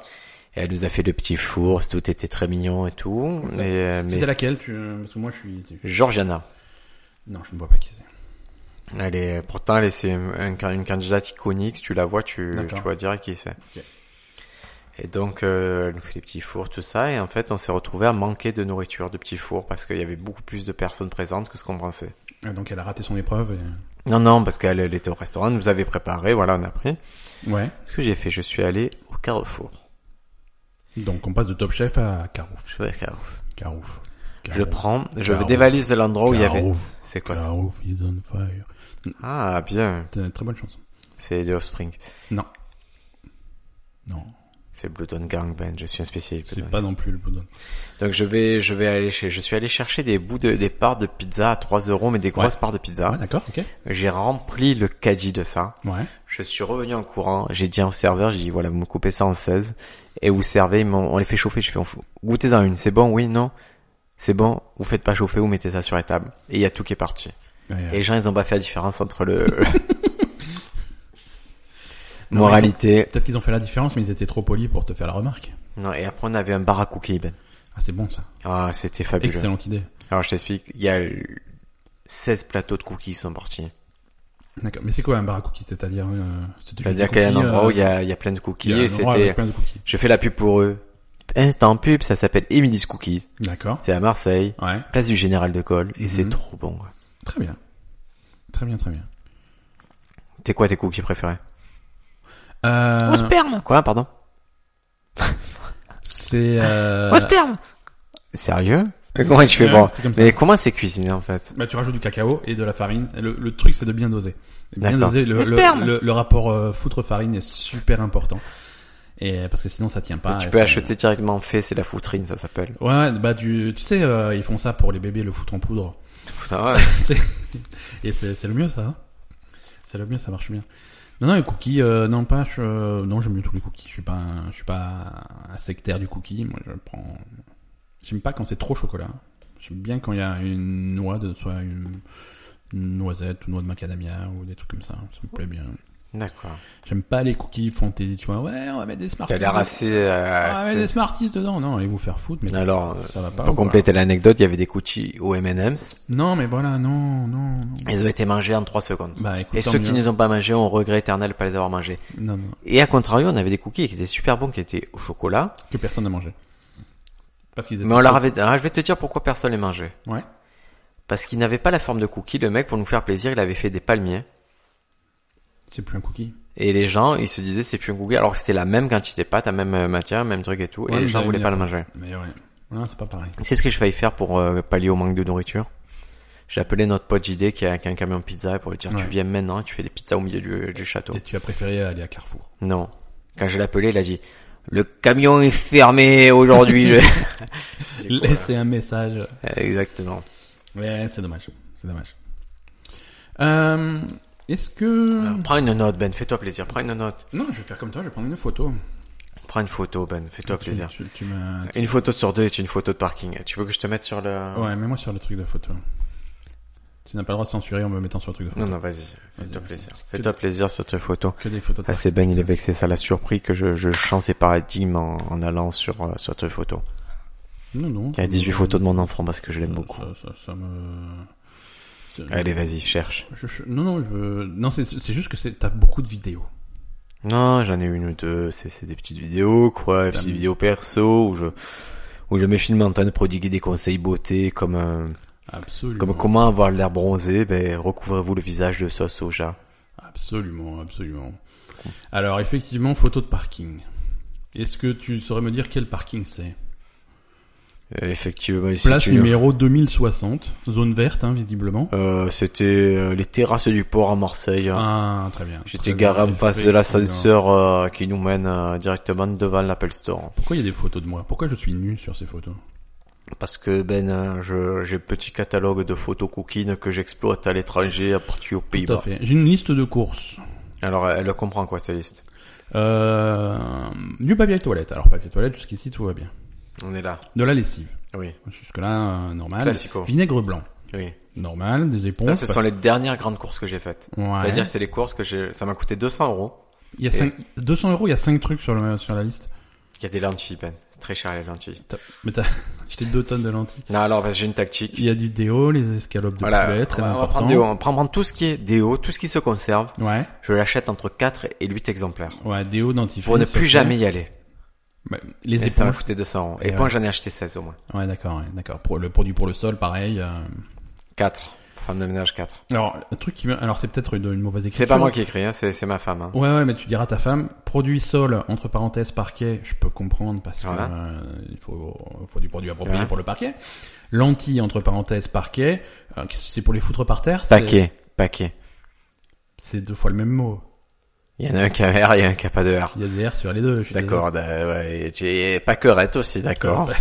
[SPEAKER 1] Et elle nous a fait le petit four, tout était très mignon et tout.
[SPEAKER 2] Comme ça.
[SPEAKER 1] Mais, euh, mais...
[SPEAKER 2] C'était laquelle tu... Parce que moi, je suis.
[SPEAKER 1] Georgiana.
[SPEAKER 2] Non, je ne vois pas qui c'est.
[SPEAKER 1] Elle est, pourtant, elle est, c'est un- un- une candidate iconique. Si tu la vois, tu,
[SPEAKER 2] D'accord.
[SPEAKER 1] tu vois direct qui c'est.
[SPEAKER 2] Ok.
[SPEAKER 1] Et donc, euh, elle nous fait des petits fours, tout ça. Et en fait, on s'est retrouvé à manquer de nourriture, de petits fours, parce qu'il y avait beaucoup plus de personnes présentes que ce qu'on pensait.
[SPEAKER 2] Ah, Donc, elle a raté son épreuve. Et...
[SPEAKER 1] Non, non, parce qu'elle elle était au restaurant, elle nous avait préparé, voilà, on a pris.
[SPEAKER 2] Ouais.
[SPEAKER 1] Ce que j'ai fait, je suis allé au Carrefour.
[SPEAKER 2] Donc, on passe de Top Chef à Carouf.
[SPEAKER 1] Je vais au Carrefour.
[SPEAKER 2] Carouf.
[SPEAKER 1] Je prends, je
[SPEAKER 2] Carrefour.
[SPEAKER 1] dévalise l'endroit où il y avait.
[SPEAKER 2] Carouf.
[SPEAKER 1] C'est quoi ça
[SPEAKER 2] Carouf is on fire.
[SPEAKER 1] Ah, bien.
[SPEAKER 2] C'est une très bonne chanson.
[SPEAKER 1] C'est The Offspring.
[SPEAKER 2] Non,
[SPEAKER 1] C'est Blood on Gang Ben, je suis un spécialiste.
[SPEAKER 2] c'est
[SPEAKER 1] Blood on
[SPEAKER 2] pas non plus le boudin.
[SPEAKER 1] Donc je vais, je vais aller chez, je suis allé chercher des bouts de, des parts de pizza à 3 euros, mais des grosses parts de pizza.
[SPEAKER 2] Ouais, d'accord, ok.
[SPEAKER 1] J'ai rempli le caddie de ça.
[SPEAKER 2] Ouais.
[SPEAKER 1] Je suis revenu en courant. J'ai dit au serveur, j'ai dit voilà, vous me coupez ça en 16. Et vous servez, ils m'ont- on les fait chauffer. Je fais, on fout- goûtez-en une. C'est bon, oui, non. C'est bon, vous faites pas chauffer, vous mettez ça sur la table. Et il y a tout qui est parti.
[SPEAKER 2] Ouais,
[SPEAKER 1] Et les gens, ils ont pas fait la différence entre
[SPEAKER 2] [laughs]
[SPEAKER 1] le...
[SPEAKER 2] Non,
[SPEAKER 1] Moralité.
[SPEAKER 2] Peut-être qu'ils ont fait la différence, mais ils étaient trop polis pour te faire la remarque.
[SPEAKER 1] Non, et après, on avait un bar à cookies, Ben.
[SPEAKER 2] Ah, c'est bon ça.
[SPEAKER 1] Ah, c'était fabuleux.
[SPEAKER 2] Excellente idée.
[SPEAKER 1] Alors je t'explique, il y a euh, 16 plateaux de cookies qui sont partis.
[SPEAKER 2] D'accord. Mais c'est quoi un bar à cookies C'est-à-dire, euh, c'était juste
[SPEAKER 1] C'est-à-dire
[SPEAKER 2] des
[SPEAKER 1] qu'il y a un
[SPEAKER 2] cookies,
[SPEAKER 1] endroit
[SPEAKER 2] euh,
[SPEAKER 1] où il y a, il y a plein de cookies
[SPEAKER 2] il y a un
[SPEAKER 1] et
[SPEAKER 2] endroit avec
[SPEAKER 1] c'était...
[SPEAKER 2] plein de cookies.
[SPEAKER 1] Je fais la pub pour eux. Instant pub, ça s'appelle Emily's Cookies.
[SPEAKER 2] D'accord.
[SPEAKER 1] C'est à Marseille,
[SPEAKER 2] Ouais.
[SPEAKER 1] place du Général de Gaulle et c'est
[SPEAKER 2] Mhm.
[SPEAKER 1] trop bon. quoi.
[SPEAKER 2] Très bien. Très bien, très bien.
[SPEAKER 1] T'es quoi tes cookies préférés
[SPEAKER 2] Euh,
[SPEAKER 1] Au sperme Quoi, pardon
[SPEAKER 2] c'est. Euh...
[SPEAKER 1] Au sperme Sérieux Mais Comment tu fais
[SPEAKER 2] ouais,
[SPEAKER 1] bon
[SPEAKER 2] c'est comme ça.
[SPEAKER 1] Mais comment c'est cuisiné en fait
[SPEAKER 2] Bah, tu rajoutes du cacao et de la farine. Le, le truc, c'est de bien doser. Et Bien
[SPEAKER 1] D'accord.
[SPEAKER 2] doser. Le,
[SPEAKER 1] Le
[SPEAKER 2] le,
[SPEAKER 1] sperme.
[SPEAKER 2] le- le rapport euh, foutre-farine est super important. Et euh, parce que sinon, ça tient pas.
[SPEAKER 1] Tu
[SPEAKER 2] Et
[SPEAKER 1] peux
[SPEAKER 2] ça-
[SPEAKER 1] acheter directement fait, c'est la foutrine, ça s'appelle.
[SPEAKER 2] Ouais, ouais, bah du, tu sais, euh, ils font ça pour les bébés, le foutre en poudre.
[SPEAKER 1] Putain, ouais.
[SPEAKER 2] C'est- et c'est, c'est le mieux, ça. hein. C'est le mieux, ça marche bien. Non, non, les cookies, euh, non pas, je, euh, non, j'aime mieux tous les cookies. Je suis pas, un, je suis pas un sectaire du cookie. Moi, je prends. J'aime pas quand c'est trop chocolat. J'aime bien quand il y a une noix, de, soit une, une noisette ou noix de macadamia ou des trucs comme ça. Ça me plaît bien.
[SPEAKER 1] [laughs] D'accord.
[SPEAKER 2] J'aime pas les cookies fantaisie. Tu vois, ouais, on va mettre des Smarties.
[SPEAKER 1] T'as l'air assez... euh,
[SPEAKER 2] Ah, on va mettre des
[SPEAKER 1] assez-
[SPEAKER 2] Smarties dedans. Non, allez vous faire foutre. Mais
[SPEAKER 1] Alors, euh,
[SPEAKER 2] ça va pas.
[SPEAKER 1] pour
[SPEAKER 2] ou quoi
[SPEAKER 1] compléter l'anecdote, il y avait des cookies au M&M's.
[SPEAKER 2] Non, mais voilà, non, non, non.
[SPEAKER 1] Ils ont été mangés en 3 secondes.
[SPEAKER 2] Bah écoute,
[SPEAKER 1] Et
[SPEAKER 2] tant
[SPEAKER 1] ceux qui ne
[SPEAKER 2] mieux.
[SPEAKER 1] les ont pas mangés ont regret éternel de pas les avoir mangés.
[SPEAKER 2] Non, non,
[SPEAKER 1] Et à contrario, on avait des cookies qui étaient super bons, qui étaient au chocolat.
[SPEAKER 2] que personne n'a mangé. Parce qu'ils étaient.
[SPEAKER 1] Mais on leur avait... Alors, je vais te dire pourquoi personne les mangeait.
[SPEAKER 2] Ouais.
[SPEAKER 1] Parce qu'ils n'avaient pas la forme de cookie. Le mec, pour nous faire plaisir, il avait fait des palmiers.
[SPEAKER 2] C'est plus un cookie.
[SPEAKER 1] Et les gens, ils se disaient, c'est plus un cookie. Alors que c'était la même quantité de pâte, la même euh, matière, même truc et tout.
[SPEAKER 2] Ouais,
[SPEAKER 1] et
[SPEAKER 2] mais
[SPEAKER 1] les gens
[SPEAKER 2] j'avais
[SPEAKER 1] voulaient
[SPEAKER 2] mis
[SPEAKER 1] pas
[SPEAKER 2] la
[SPEAKER 1] le manger.
[SPEAKER 2] Mais ouais. Non, c'est pas pareil.
[SPEAKER 1] C'est ce que je failli faire pour euh, pallier au manque de nourriture. J'ai appelé notre pote JD qui a, qui a un camion pizza pour lui dire,
[SPEAKER 2] Ouais.
[SPEAKER 1] tu viens maintenant, tu fais des pizzas au milieu du, du château.
[SPEAKER 2] Et tu as préféré aller à Carrefour.
[SPEAKER 1] Non. Quand je l'ai appelé, il a dit le camion est fermé [laughs] aujourd'hui. Je- J'ai dit, Voilà.
[SPEAKER 2] Laisser un message.
[SPEAKER 1] Exactement.
[SPEAKER 2] Ouais, c'est dommage. C'est dommage. Euh, est-ce que.
[SPEAKER 1] Alors, prends une note, Ben. Fais-toi plaisir. Prends une note.
[SPEAKER 2] Non, je vais faire comme toi, je vais prendre une photo.
[SPEAKER 1] Prends une photo, Ben. Fais-toi
[SPEAKER 2] Tu-
[SPEAKER 1] plaisir.
[SPEAKER 2] Tu, tu m'as-
[SPEAKER 1] Une photo sur deux est une photo de parking. Tu veux que je te mette sur le
[SPEAKER 2] Ouais, mets-moi sur le truc de photo. Tu n'as pas le droit de censurer en me mettant sur le truc de photo.
[SPEAKER 1] Non, non, vas-y.
[SPEAKER 2] Vas-y,
[SPEAKER 1] Fais-toi
[SPEAKER 2] vas-y.
[SPEAKER 1] plaisir.
[SPEAKER 2] Que
[SPEAKER 1] Fais-toi plaisir sur tes photos.
[SPEAKER 2] Que des photos de
[SPEAKER 1] Ah, c'est Ben, il est vexé. Ça l'a surpris que je, je change ses paradigmes en, en allant sur, euh, sur tes photos.
[SPEAKER 2] Non, non.
[SPEAKER 1] Il y a 18 photos de mon enfant parce que je l'aime
[SPEAKER 2] Ça-
[SPEAKER 1] beaucoup.
[SPEAKER 2] Ça, ça, ça me... te-
[SPEAKER 1] Allez, vas-y, cherche.
[SPEAKER 2] Je- je- non, non, je- non, c'est c'est juste que c'est- t'as beaucoup de vidéos.
[SPEAKER 1] Non, j'en ai une ou deux. C'est, c'est des petites vidéos, quoi. Des
[SPEAKER 2] Putain,
[SPEAKER 1] petites
[SPEAKER 2] mais-
[SPEAKER 1] vidéos perso où je, où je me filme en train de prodiguer des conseils beauté comme, euh,
[SPEAKER 2] Mmh. Absolument.
[SPEAKER 1] comme comment avoir l'air bronzé. Ben, recouvrez-vous le visage de sauce soja.
[SPEAKER 2] Absolument, absolument. Alors, effectivement, photo de parking. Est-ce que tu saurais me dire quel parking c'est
[SPEAKER 1] Euh, Effectivement, ici,
[SPEAKER 2] Place numéro 2060, zone verte, hein, visiblement.
[SPEAKER 1] Euh, c'était euh, les terrasses du port à Marseille.
[SPEAKER 2] Ah, très bien.
[SPEAKER 1] J'étais
[SPEAKER 2] Très
[SPEAKER 1] garé en
[SPEAKER 2] bien,
[SPEAKER 1] face de
[SPEAKER 2] effectivement.
[SPEAKER 1] l'ascenseur euh, qui nous mène euh, directement devant l'Apple Store.
[SPEAKER 2] Pourquoi il y a des photos de moi Pourquoi je suis nu sur ces photos
[SPEAKER 1] Parce que ben, euh, je- j'ai petit catalogue de photos coquines que j'exploite à l'étranger, à partir aux
[SPEAKER 2] Tout à
[SPEAKER 1] Pays-Bas.
[SPEAKER 2] fait. J'ai une liste de courses.
[SPEAKER 1] Alors, elle comprend quoi, cette liste
[SPEAKER 2] Euh, du papier toilette. Alors, papier toilette, jusqu'ici, tout va bien.
[SPEAKER 1] On est là.
[SPEAKER 2] De la lessive.
[SPEAKER 1] Oui,
[SPEAKER 2] Jusque-là, euh, normal.
[SPEAKER 1] Classico. Ah,
[SPEAKER 2] Vinaigre blanc.
[SPEAKER 1] oui.
[SPEAKER 2] Normal, des éponges.
[SPEAKER 1] Là, ce sont les dernières grandes courses que j'ai faites.
[SPEAKER 2] Ouais.
[SPEAKER 1] C'est-à-dire, c'est les courses que j'ai... Ça m'a coûté 200 euros.
[SPEAKER 2] Il y a cinq- 200 euros, il y a 5 trucs sur, le, sur la liste.
[SPEAKER 1] Il y a des lentilles, Ben. C'est très cher, les lentilles.
[SPEAKER 2] T'as- Mais t'as [laughs] acheté 2 tonnes de lentilles.
[SPEAKER 1] Non, alors, parce que j'ai une tactique.
[SPEAKER 2] Il y a du déo, les escalopes de
[SPEAKER 1] Voilà,
[SPEAKER 2] poulet,
[SPEAKER 1] on
[SPEAKER 2] très
[SPEAKER 1] va, on va
[SPEAKER 2] important.
[SPEAKER 1] prendre hein. des hauts. On va prendre tout ce qui est déo, tout ce qui se conserve.
[SPEAKER 2] Ouais,
[SPEAKER 1] Je l'achète entre 4 et 8 exemplaires.
[SPEAKER 2] ouais, déo, dentifrice.
[SPEAKER 1] Pour ne plus
[SPEAKER 2] sachet.
[SPEAKER 1] jamais y aller.
[SPEAKER 2] Ouais, les
[SPEAKER 1] Et ça m'a
[SPEAKER 2] éponges.
[SPEAKER 1] coûté 200 euros.
[SPEAKER 2] Et
[SPEAKER 1] Et point,
[SPEAKER 2] ouais.
[SPEAKER 1] j'en ai acheté 16 au moins.
[SPEAKER 2] Ouais, d'accord, ouais, d'accord. Pour le produit pour le sol, pareil. euh.
[SPEAKER 1] 4. Femme de ménage 4.
[SPEAKER 2] Alors, le truc qui me... Alors, c'est peut-être une, une mauvaise écriture.
[SPEAKER 1] C'est pas moi qui écris, hein, c'est, c'est ma femme. Hein.
[SPEAKER 2] Ouais, ouais, mais tu diras à ta femme, produit sol, entre parenthèses, parquet, je peux comprendre parce que
[SPEAKER 1] Voilà.
[SPEAKER 2] euh, il faut, faut du produit approprié
[SPEAKER 1] Voilà.
[SPEAKER 2] pour le parquet. Lentilles, entre parenthèses, parquet, euh, c'est pour les foutre par terre. c'est-
[SPEAKER 1] Paquet, paquet.
[SPEAKER 2] C'est deux fois le même mot.
[SPEAKER 1] Il y en a un qui a un R, il y en a un qui a pas de R.
[SPEAKER 2] Il y a des R sur les deux. je suis
[SPEAKER 1] D'accord, euh, ouais, et tu es pas correct aussi, d'accord.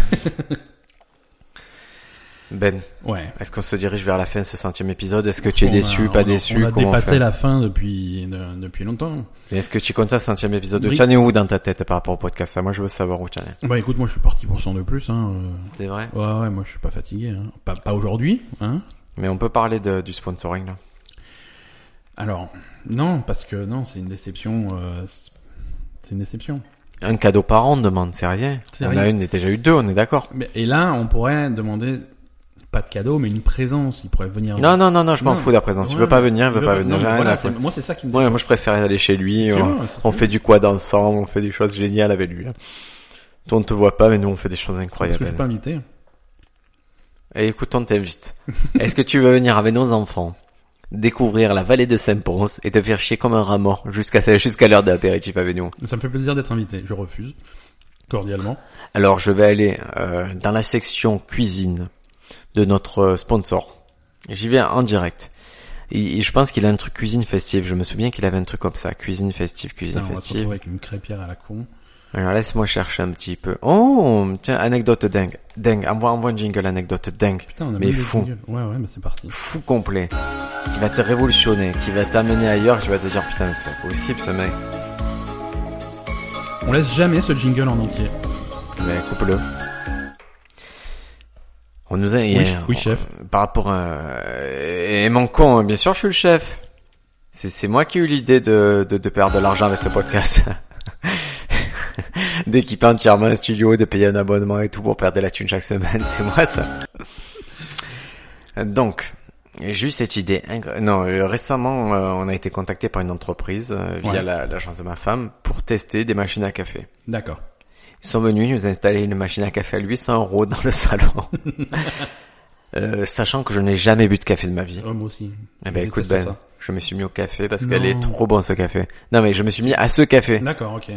[SPEAKER 1] Ben,
[SPEAKER 2] désolé. Ouais.
[SPEAKER 1] est-ce qu'on se dirige vers la fin de ce centième épisode Est-ce que tu es
[SPEAKER 2] On a-
[SPEAKER 1] déçu,
[SPEAKER 2] on
[SPEAKER 1] pas
[SPEAKER 2] a-
[SPEAKER 1] déçu
[SPEAKER 2] On a
[SPEAKER 1] Comment on
[SPEAKER 2] dépassé
[SPEAKER 1] fait
[SPEAKER 2] la fin depuis de-
[SPEAKER 1] [laughs]
[SPEAKER 2] depuis longtemps.
[SPEAKER 1] Et Est-ce que tu comptes à ce centième épisode
[SPEAKER 2] Oui.
[SPEAKER 1] Tu en es où dans ta tête par rapport au podcast Ça, moi, je veux savoir où tu en es.
[SPEAKER 2] Bah écoute, moi je suis parti pour 100 de plus. Hein. euh.
[SPEAKER 1] C'est vrai.
[SPEAKER 2] Ouais, ouais, moi je suis pas fatigué. Hein. Pas, pas aujourd'hui. Hein.
[SPEAKER 1] Mais on peut parler de, du sponsoring là.
[SPEAKER 2] Alors non, parce que non, c'est une déception. euh, c'est- c'est une déception.
[SPEAKER 1] Un cadeau par an, on demande, c'est rien.
[SPEAKER 2] C'est
[SPEAKER 1] on
[SPEAKER 2] rien.
[SPEAKER 1] a une, et déjà eu deux, on est d'accord.
[SPEAKER 2] Mais, et là, on pourrait demander pas de cadeau, mais une présence. Il pourrait venir.
[SPEAKER 1] Non, non, non, non, je m'en
[SPEAKER 2] Non.
[SPEAKER 1] fous de la présence. Il
[SPEAKER 2] Ouais.
[SPEAKER 1] veut pas venir, il
[SPEAKER 2] Il
[SPEAKER 1] veut
[SPEAKER 2] veut-
[SPEAKER 1] pas venir.
[SPEAKER 2] non,
[SPEAKER 1] j'ai rien
[SPEAKER 2] voilà,
[SPEAKER 1] à foutre.
[SPEAKER 2] c'est- moi c'est ça qui me.
[SPEAKER 1] Ouais, moi je préfère aller chez lui.
[SPEAKER 2] déçoit.
[SPEAKER 1] On,
[SPEAKER 2] Tu vois,
[SPEAKER 1] on fait du quad ensemble, on fait des choses géniales avec lui. hein. Toi on te voit pas, mais nous on fait des choses
[SPEAKER 2] Parce que je
[SPEAKER 1] incroyables.
[SPEAKER 2] suis pas invité.
[SPEAKER 1] Et Eh, écoute, on t'invite. [laughs] Est-ce que tu veux venir avec nos enfants découvrir la vallée de Saint-Pons et te faire chier comme un rat mort jusqu'à jusqu'à l'heure de l'apéritif avec nous
[SPEAKER 2] Ça me fait plaisir d'être invité. Je refuse cordialement.
[SPEAKER 1] Alors je vais aller euh, dans la section cuisine de notre euh, sponsor. J'y vais en direct. Et- et je pense qu'il a un truc cuisine festive. Je me souviens qu'il avait un truc comme ça, cuisine festive, cuisine
[SPEAKER 2] Putain, on va se
[SPEAKER 1] festive.
[SPEAKER 2] retrouver avec une crêpière à la con.
[SPEAKER 1] Alors laisse-moi chercher un petit peu. Oh, tiens, anecdote dingue, dingue. Envoie, envoie un jingle, anecdote dingue,
[SPEAKER 2] Putain, on a
[SPEAKER 1] mais
[SPEAKER 2] même des
[SPEAKER 1] fou,
[SPEAKER 2] jingles. Ouais, ouais, mais c'est parti.
[SPEAKER 1] fou complet, qui va te révolutionner, qui va t'amener ailleurs, qui va te dire putain, mais c'est pas possible ce mec.
[SPEAKER 2] On laisse jamais ce jingle en entier.
[SPEAKER 1] Mais coupe-le. On nous a.
[SPEAKER 2] Oui, oui, chef.
[SPEAKER 1] Par rapport à... euh, Et mon con, bien sûr, je suis le chef. C'est, c'est moi qui ai eu l'idée de, de, de perdre de l'argent avec ce podcast. [laughs] D'équiper entièrement un studio, de payer un abonnement et tout pour perdre de la thune chaque semaine, [laughs] c'est moi ça. Donc, j'ai eu cette idée. incro- Non, euh, récemment, euh, on a été contacté par une entreprise euh, via
[SPEAKER 2] Ouais.
[SPEAKER 1] la- l'agence de ma femme pour tester des machines à café.
[SPEAKER 2] D'accord.
[SPEAKER 1] Ils sont venus nous installer une machine à café à 800 euros dans le salon. Euh, sachant que je n'ai jamais bu de café de ma vie.
[SPEAKER 2] Oh, moi aussi.
[SPEAKER 1] Eh
[SPEAKER 2] Je
[SPEAKER 1] ben écoute
[SPEAKER 2] déteste
[SPEAKER 1] Ben,
[SPEAKER 2] ça.
[SPEAKER 1] je me suis mis au café parce qu'elle est
[SPEAKER 2] Non.
[SPEAKER 1] trop bon ce café. Non mais je me suis mis à ce café.
[SPEAKER 2] D'accord, ok.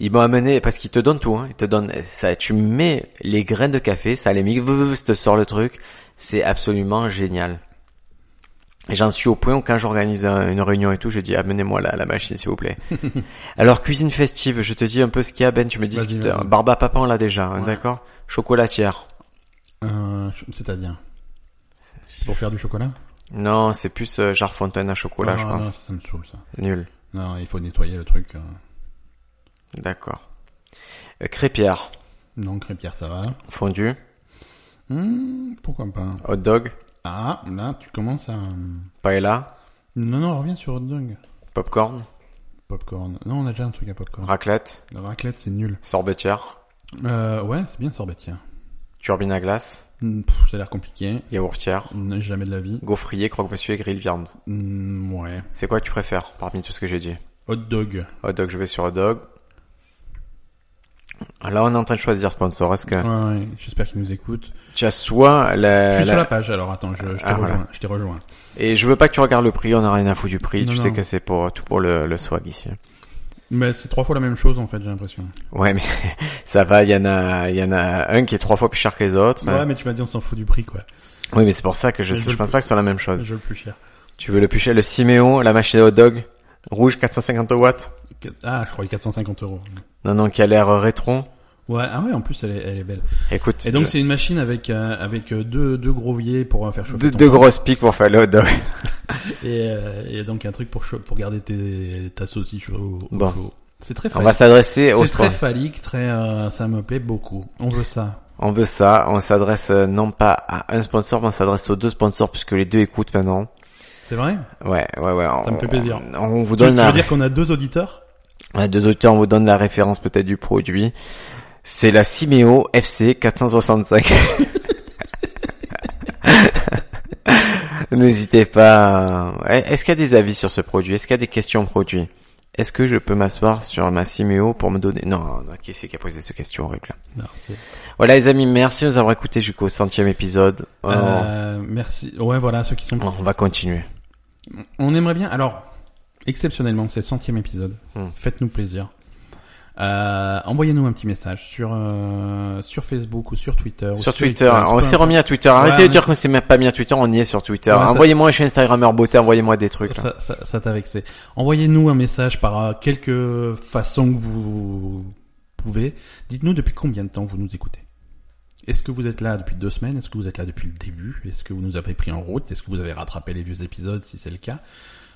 [SPEAKER 1] Ils m'ont amené parce qu'ils te donnent tout. Hein. Ils te donnent ça. Tu mets les graines de café, ça les mixe, te sort le truc. C'est absolument génial. Et j'en suis au point où quand j'organise un- une réunion et tout, je dis amenez-moi la, la machine s'il vous
[SPEAKER 2] [laughs]
[SPEAKER 1] plaît. Alors cuisine festive, je te dis un peu ce qu'il y a Ben, tu me dis ce
[SPEAKER 2] Vas-y,
[SPEAKER 1] qui te...
[SPEAKER 2] vas-y.
[SPEAKER 1] Barba papa on l'a déjà, hein,
[SPEAKER 2] Ouais.
[SPEAKER 1] d'accord Chocolatière.
[SPEAKER 2] Euh, ch- C'est-à-dire C'est pour faire du chocolat
[SPEAKER 1] Non, c'est plus euh, genre fontaine à chocolat,
[SPEAKER 2] Ah,
[SPEAKER 1] je
[SPEAKER 2] non,
[SPEAKER 1] pense.
[SPEAKER 2] ça, ça me saoule, ça.
[SPEAKER 1] Nul.
[SPEAKER 2] Non, il faut nettoyer le truc. euh.
[SPEAKER 1] D'accord. Euh, crêpière,
[SPEAKER 2] Non, crêpière, ça va.
[SPEAKER 1] fondue,
[SPEAKER 2] Hmm, pourquoi pas
[SPEAKER 1] hot dog,
[SPEAKER 2] Ah, là, tu commences à... hmm.
[SPEAKER 1] paella,
[SPEAKER 2] Non, non, reviens sur hot dog.
[SPEAKER 1] popcorn,
[SPEAKER 2] Popcorn. Non, on a déjà un truc à popcorn.
[SPEAKER 1] raclette,
[SPEAKER 2] La raclette, c'est nul.
[SPEAKER 1] sorbetière.
[SPEAKER 2] Euh, ouais, c'est bien sorbet, tiens.
[SPEAKER 1] turbine à glace,
[SPEAKER 2] Hmm, pff, ça a l'air compliqué.
[SPEAKER 1] Yaourtière,
[SPEAKER 2] Hmm, Jamais de la vie.
[SPEAKER 1] gaufrier, croque-monsieur et grilled viande.
[SPEAKER 2] Hmm, ouais.
[SPEAKER 1] C'est quoi que tu préfères parmi tout ce que j'ai dit
[SPEAKER 2] Hot dog.
[SPEAKER 1] Hot dog, je vais sur hot dog. Là, on est en train de choisir sponsor. Est-ce que
[SPEAKER 2] Ouais, ouais, j'espère qu'ils nous écoutent.
[SPEAKER 1] tu as soit la,
[SPEAKER 2] Je suis
[SPEAKER 1] la-
[SPEAKER 2] sur la page alors, attends, je, je t'ai
[SPEAKER 1] Euh, Ah, voilà.
[SPEAKER 2] rejoint. Je t'ai rejoint.
[SPEAKER 1] Et je veux pas que tu regardes le prix, on a rien à foutre du prix.
[SPEAKER 2] Non,
[SPEAKER 1] tu sais
[SPEAKER 2] non.
[SPEAKER 1] que c'est pour tout pour le, le swag ici.
[SPEAKER 2] Mais c'est trois fois la même chose en fait, j'ai l'impression.
[SPEAKER 1] Ouais, mais [laughs] ça va. Il y en a, il y en a un qui est trois fois plus cher que les autres.
[SPEAKER 2] Ouais, mais tu m'as dit on s'en fout du prix quoi.
[SPEAKER 1] Oui, mais c'est pour ça que je,
[SPEAKER 2] Mais je-
[SPEAKER 1] je pense pas que ce soit la même chose.
[SPEAKER 2] Je veux le plus cher.
[SPEAKER 1] Tu veux le plus cher, le Siméon, la machine à hot dog, rouge 450 watts.
[SPEAKER 2] Quatre- Ah, je croyais 450 euros.
[SPEAKER 1] Non, non, qui a l'air rétro.
[SPEAKER 2] Ouais, ah ouais, en plus elle est, elle est belle.
[SPEAKER 1] Écoute.
[SPEAKER 2] Et donc
[SPEAKER 1] je-
[SPEAKER 2] c'est une machine avec euh, avec euh, deux deux groviers pour euh, faire chauffer
[SPEAKER 1] deux,
[SPEAKER 2] ton
[SPEAKER 1] deux
[SPEAKER 2] pain.
[SPEAKER 1] grosses piques pour faire [laughs] le hot dog.
[SPEAKER 2] et, euh, et donc un truc pour chaud- pour garder tes ta saucisse au, au
[SPEAKER 1] Bon.
[SPEAKER 2] chaud. C'est très
[SPEAKER 1] On
[SPEAKER 2] phallique.
[SPEAKER 1] va s'adresser au
[SPEAKER 2] C'est très
[SPEAKER 1] sponsor.
[SPEAKER 2] phallique, très euh, ça me plaît beaucoup. On veut ça.
[SPEAKER 1] On veut ça, on s'adresse euh, non pas à un sponsor, mais on s'adresse aux deux sponsors puisque les deux écoutent maintenant.
[SPEAKER 2] C'est vrai
[SPEAKER 1] Ouais, ouais, ouais. on-
[SPEAKER 2] Ça me fait plaisir.
[SPEAKER 1] On, on vous
[SPEAKER 2] Tu, tu
[SPEAKER 1] donne la,
[SPEAKER 2] veux dire qu'on a deux auditeurs
[SPEAKER 1] on a deux auteurs, on vous donne la référence peut-être du produit. C'est la Simeo FC 465. [laughs] N'hésitez pas. à- Est-ce qu'il y a des avis sur ce produit Est-ce qu'il y a des questions produit Est-ce que je peux m'asseoir sur ma Simeo pour me donner Non, non, qui c'est qui a posé cette question horrible là
[SPEAKER 2] Non, c'est-
[SPEAKER 1] Voilà les amis, merci de nous avoir écoutés jusqu'au centième épisode. Oh.
[SPEAKER 2] Euh, merci. Ouais, voilà ceux qui sont.
[SPEAKER 1] On va continuer. Mm.
[SPEAKER 2] On aimerait bien. Alors, exceptionnellement, c'est le centième épisode.
[SPEAKER 1] Hmm.
[SPEAKER 2] Faites-nous plaisir. Euh, envoyez-nous un petit message sur euh, sur Facebook ou sur Twitter. ou
[SPEAKER 1] Sur Twitter,
[SPEAKER 2] Xbox,
[SPEAKER 1] on
[SPEAKER 2] peu
[SPEAKER 1] s'est
[SPEAKER 2] importe.
[SPEAKER 1] remis à Twitter. Arrêtez
[SPEAKER 2] Ouais,
[SPEAKER 1] de dire qu'on s'est même pas mis à Twitter, on y est sur Twitter.
[SPEAKER 2] Ouais, ça-
[SPEAKER 1] envoyez-moi, je suis Instagrammeur beauté, envoyez-moi des trucs. hein. là.
[SPEAKER 2] Ça, ça, ça t'a vexé. Envoyez-nous un message par euh, quelque façon que vous pouvez. Dites-nous depuis combien de temps vous nous écoutez. Est-ce que vous êtes là depuis deux semaines Est-ce que vous êtes là depuis le début Est-ce que vous nous avez pris en route Est-ce que vous avez rattrapé les vieux épisodes si c'est le cas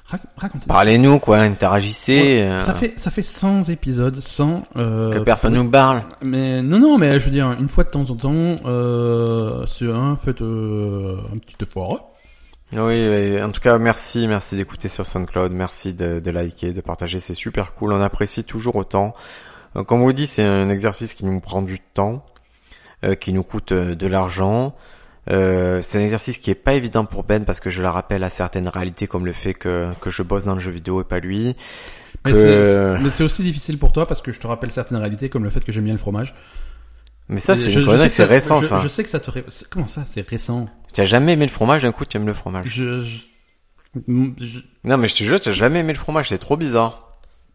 [SPEAKER 2] Rac- Racontez.
[SPEAKER 1] Parlez-nous, quoi, interagissez. euh,
[SPEAKER 2] Ça fait ça fait 100 épisodes, 100 euh,
[SPEAKER 1] que personne nous parle.
[SPEAKER 2] Mais non non, mais je veux dire une fois de temps en temps, euh, c'est un faites euh, un petit effort.
[SPEAKER 1] Oui, et en tout cas, merci, merci d'écouter sur SoundCloud, merci de, de liker, de partager, c'est super cool, on apprécie toujours autant. Euh, Comme on vous dit, c'est un exercice qui nous prend du temps, euh, qui nous coûte euh, de l'argent. Euh, c'est un exercice qui est pas évident pour Ben parce que je la rappelle à certaines réalités comme le fait que, que je bosse dans le jeu vidéo et pas lui.
[SPEAKER 2] Mais
[SPEAKER 1] que-
[SPEAKER 2] c'est- mais c'est aussi difficile pour toi parce que je te rappelle certaines réalités comme le fait que j'aime bien le fromage.
[SPEAKER 1] Mais ça,
[SPEAKER 2] Et
[SPEAKER 1] c'est
[SPEAKER 2] je-
[SPEAKER 1] une
[SPEAKER 2] je
[SPEAKER 1] connerie,
[SPEAKER 2] sais que
[SPEAKER 1] c'est
[SPEAKER 2] ça-
[SPEAKER 1] récent
[SPEAKER 2] je,
[SPEAKER 1] ça.
[SPEAKER 2] Je sais que ça te ré- c'est- comment ça c'est récent.
[SPEAKER 1] Tu as jamais aimé le fromage, d'un coup tu aimes le fromage.
[SPEAKER 2] Je, je- m- je-
[SPEAKER 1] Non mais je te jure, tu as jamais aimé le fromage, c'est trop bizarre.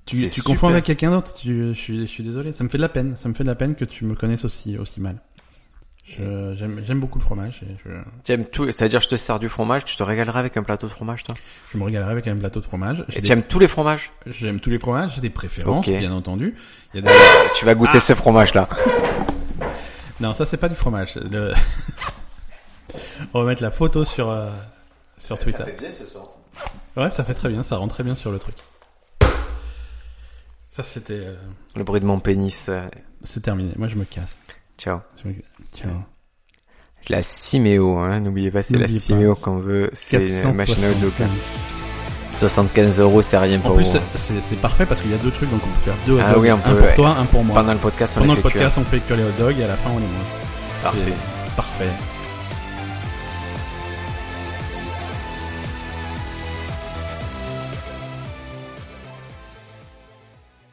[SPEAKER 2] tu
[SPEAKER 1] C'est
[SPEAKER 2] tu
[SPEAKER 1] super.
[SPEAKER 2] confonds avec quelqu'un d'autre. Tu, je suis je suis désolé. Ça me fait de la peine. Ça me fait de la peine que tu me connaisses aussi aussi mal. Je- J'aime j'aime beaucoup le fromage. Et je,
[SPEAKER 1] Tu aimes tout, c'est-à-dire je te sers du fromage, tu te régaleras avec un plateau de fromage toi.
[SPEAKER 2] je me régalerai avec un plateau de fromage. J'ai
[SPEAKER 1] Et
[SPEAKER 2] des-
[SPEAKER 1] tu aimes tous les fromages
[SPEAKER 2] J'aime tous les fromages. J'ai des préférences
[SPEAKER 1] Ok.
[SPEAKER 2] bien entendu. Il y a des-
[SPEAKER 1] Tu vas goûter
[SPEAKER 2] Ah.
[SPEAKER 1] ce fromage là.
[SPEAKER 2] Non, ça c'est pas du fromage. Le- [laughs] On va mettre la photo sur euh, sur Twitter.
[SPEAKER 1] bien ce soir.
[SPEAKER 2] Ouais, ça fait très bien, ça rentre très bien sur le truc. Ça, c'était... euh,
[SPEAKER 1] Le bruit de mon pénis. euh,
[SPEAKER 2] C'est terminé, moi je me casse.
[SPEAKER 1] Ciao.
[SPEAKER 2] Je me- Tiens.
[SPEAKER 1] C'est La Ciméo, hein, n'oubliez pas, c'est la
[SPEAKER 2] N'oubliez pas.
[SPEAKER 1] Ciméo qu'on veut. C'est une machine à hot dog.
[SPEAKER 2] 475.
[SPEAKER 1] 75 euros, c'est rien
[SPEAKER 2] En
[SPEAKER 1] pour
[SPEAKER 2] plus,
[SPEAKER 1] vous.
[SPEAKER 2] c'est c'est parfait parce qu'il y a deux trucs, donc on peut faire deux hot
[SPEAKER 1] Ah
[SPEAKER 2] dogs.
[SPEAKER 1] oui, on
[SPEAKER 2] un
[SPEAKER 1] peut,
[SPEAKER 2] pour
[SPEAKER 1] ouais.
[SPEAKER 2] toi, un pour moi.
[SPEAKER 1] Pendant le podcast, on
[SPEAKER 2] Pendant
[SPEAKER 1] les
[SPEAKER 2] le
[SPEAKER 1] fait cuire.
[SPEAKER 2] podcast, on fait que les hot dogs et à la fin, on les mange.
[SPEAKER 1] Parfait.
[SPEAKER 2] C'est Parfait.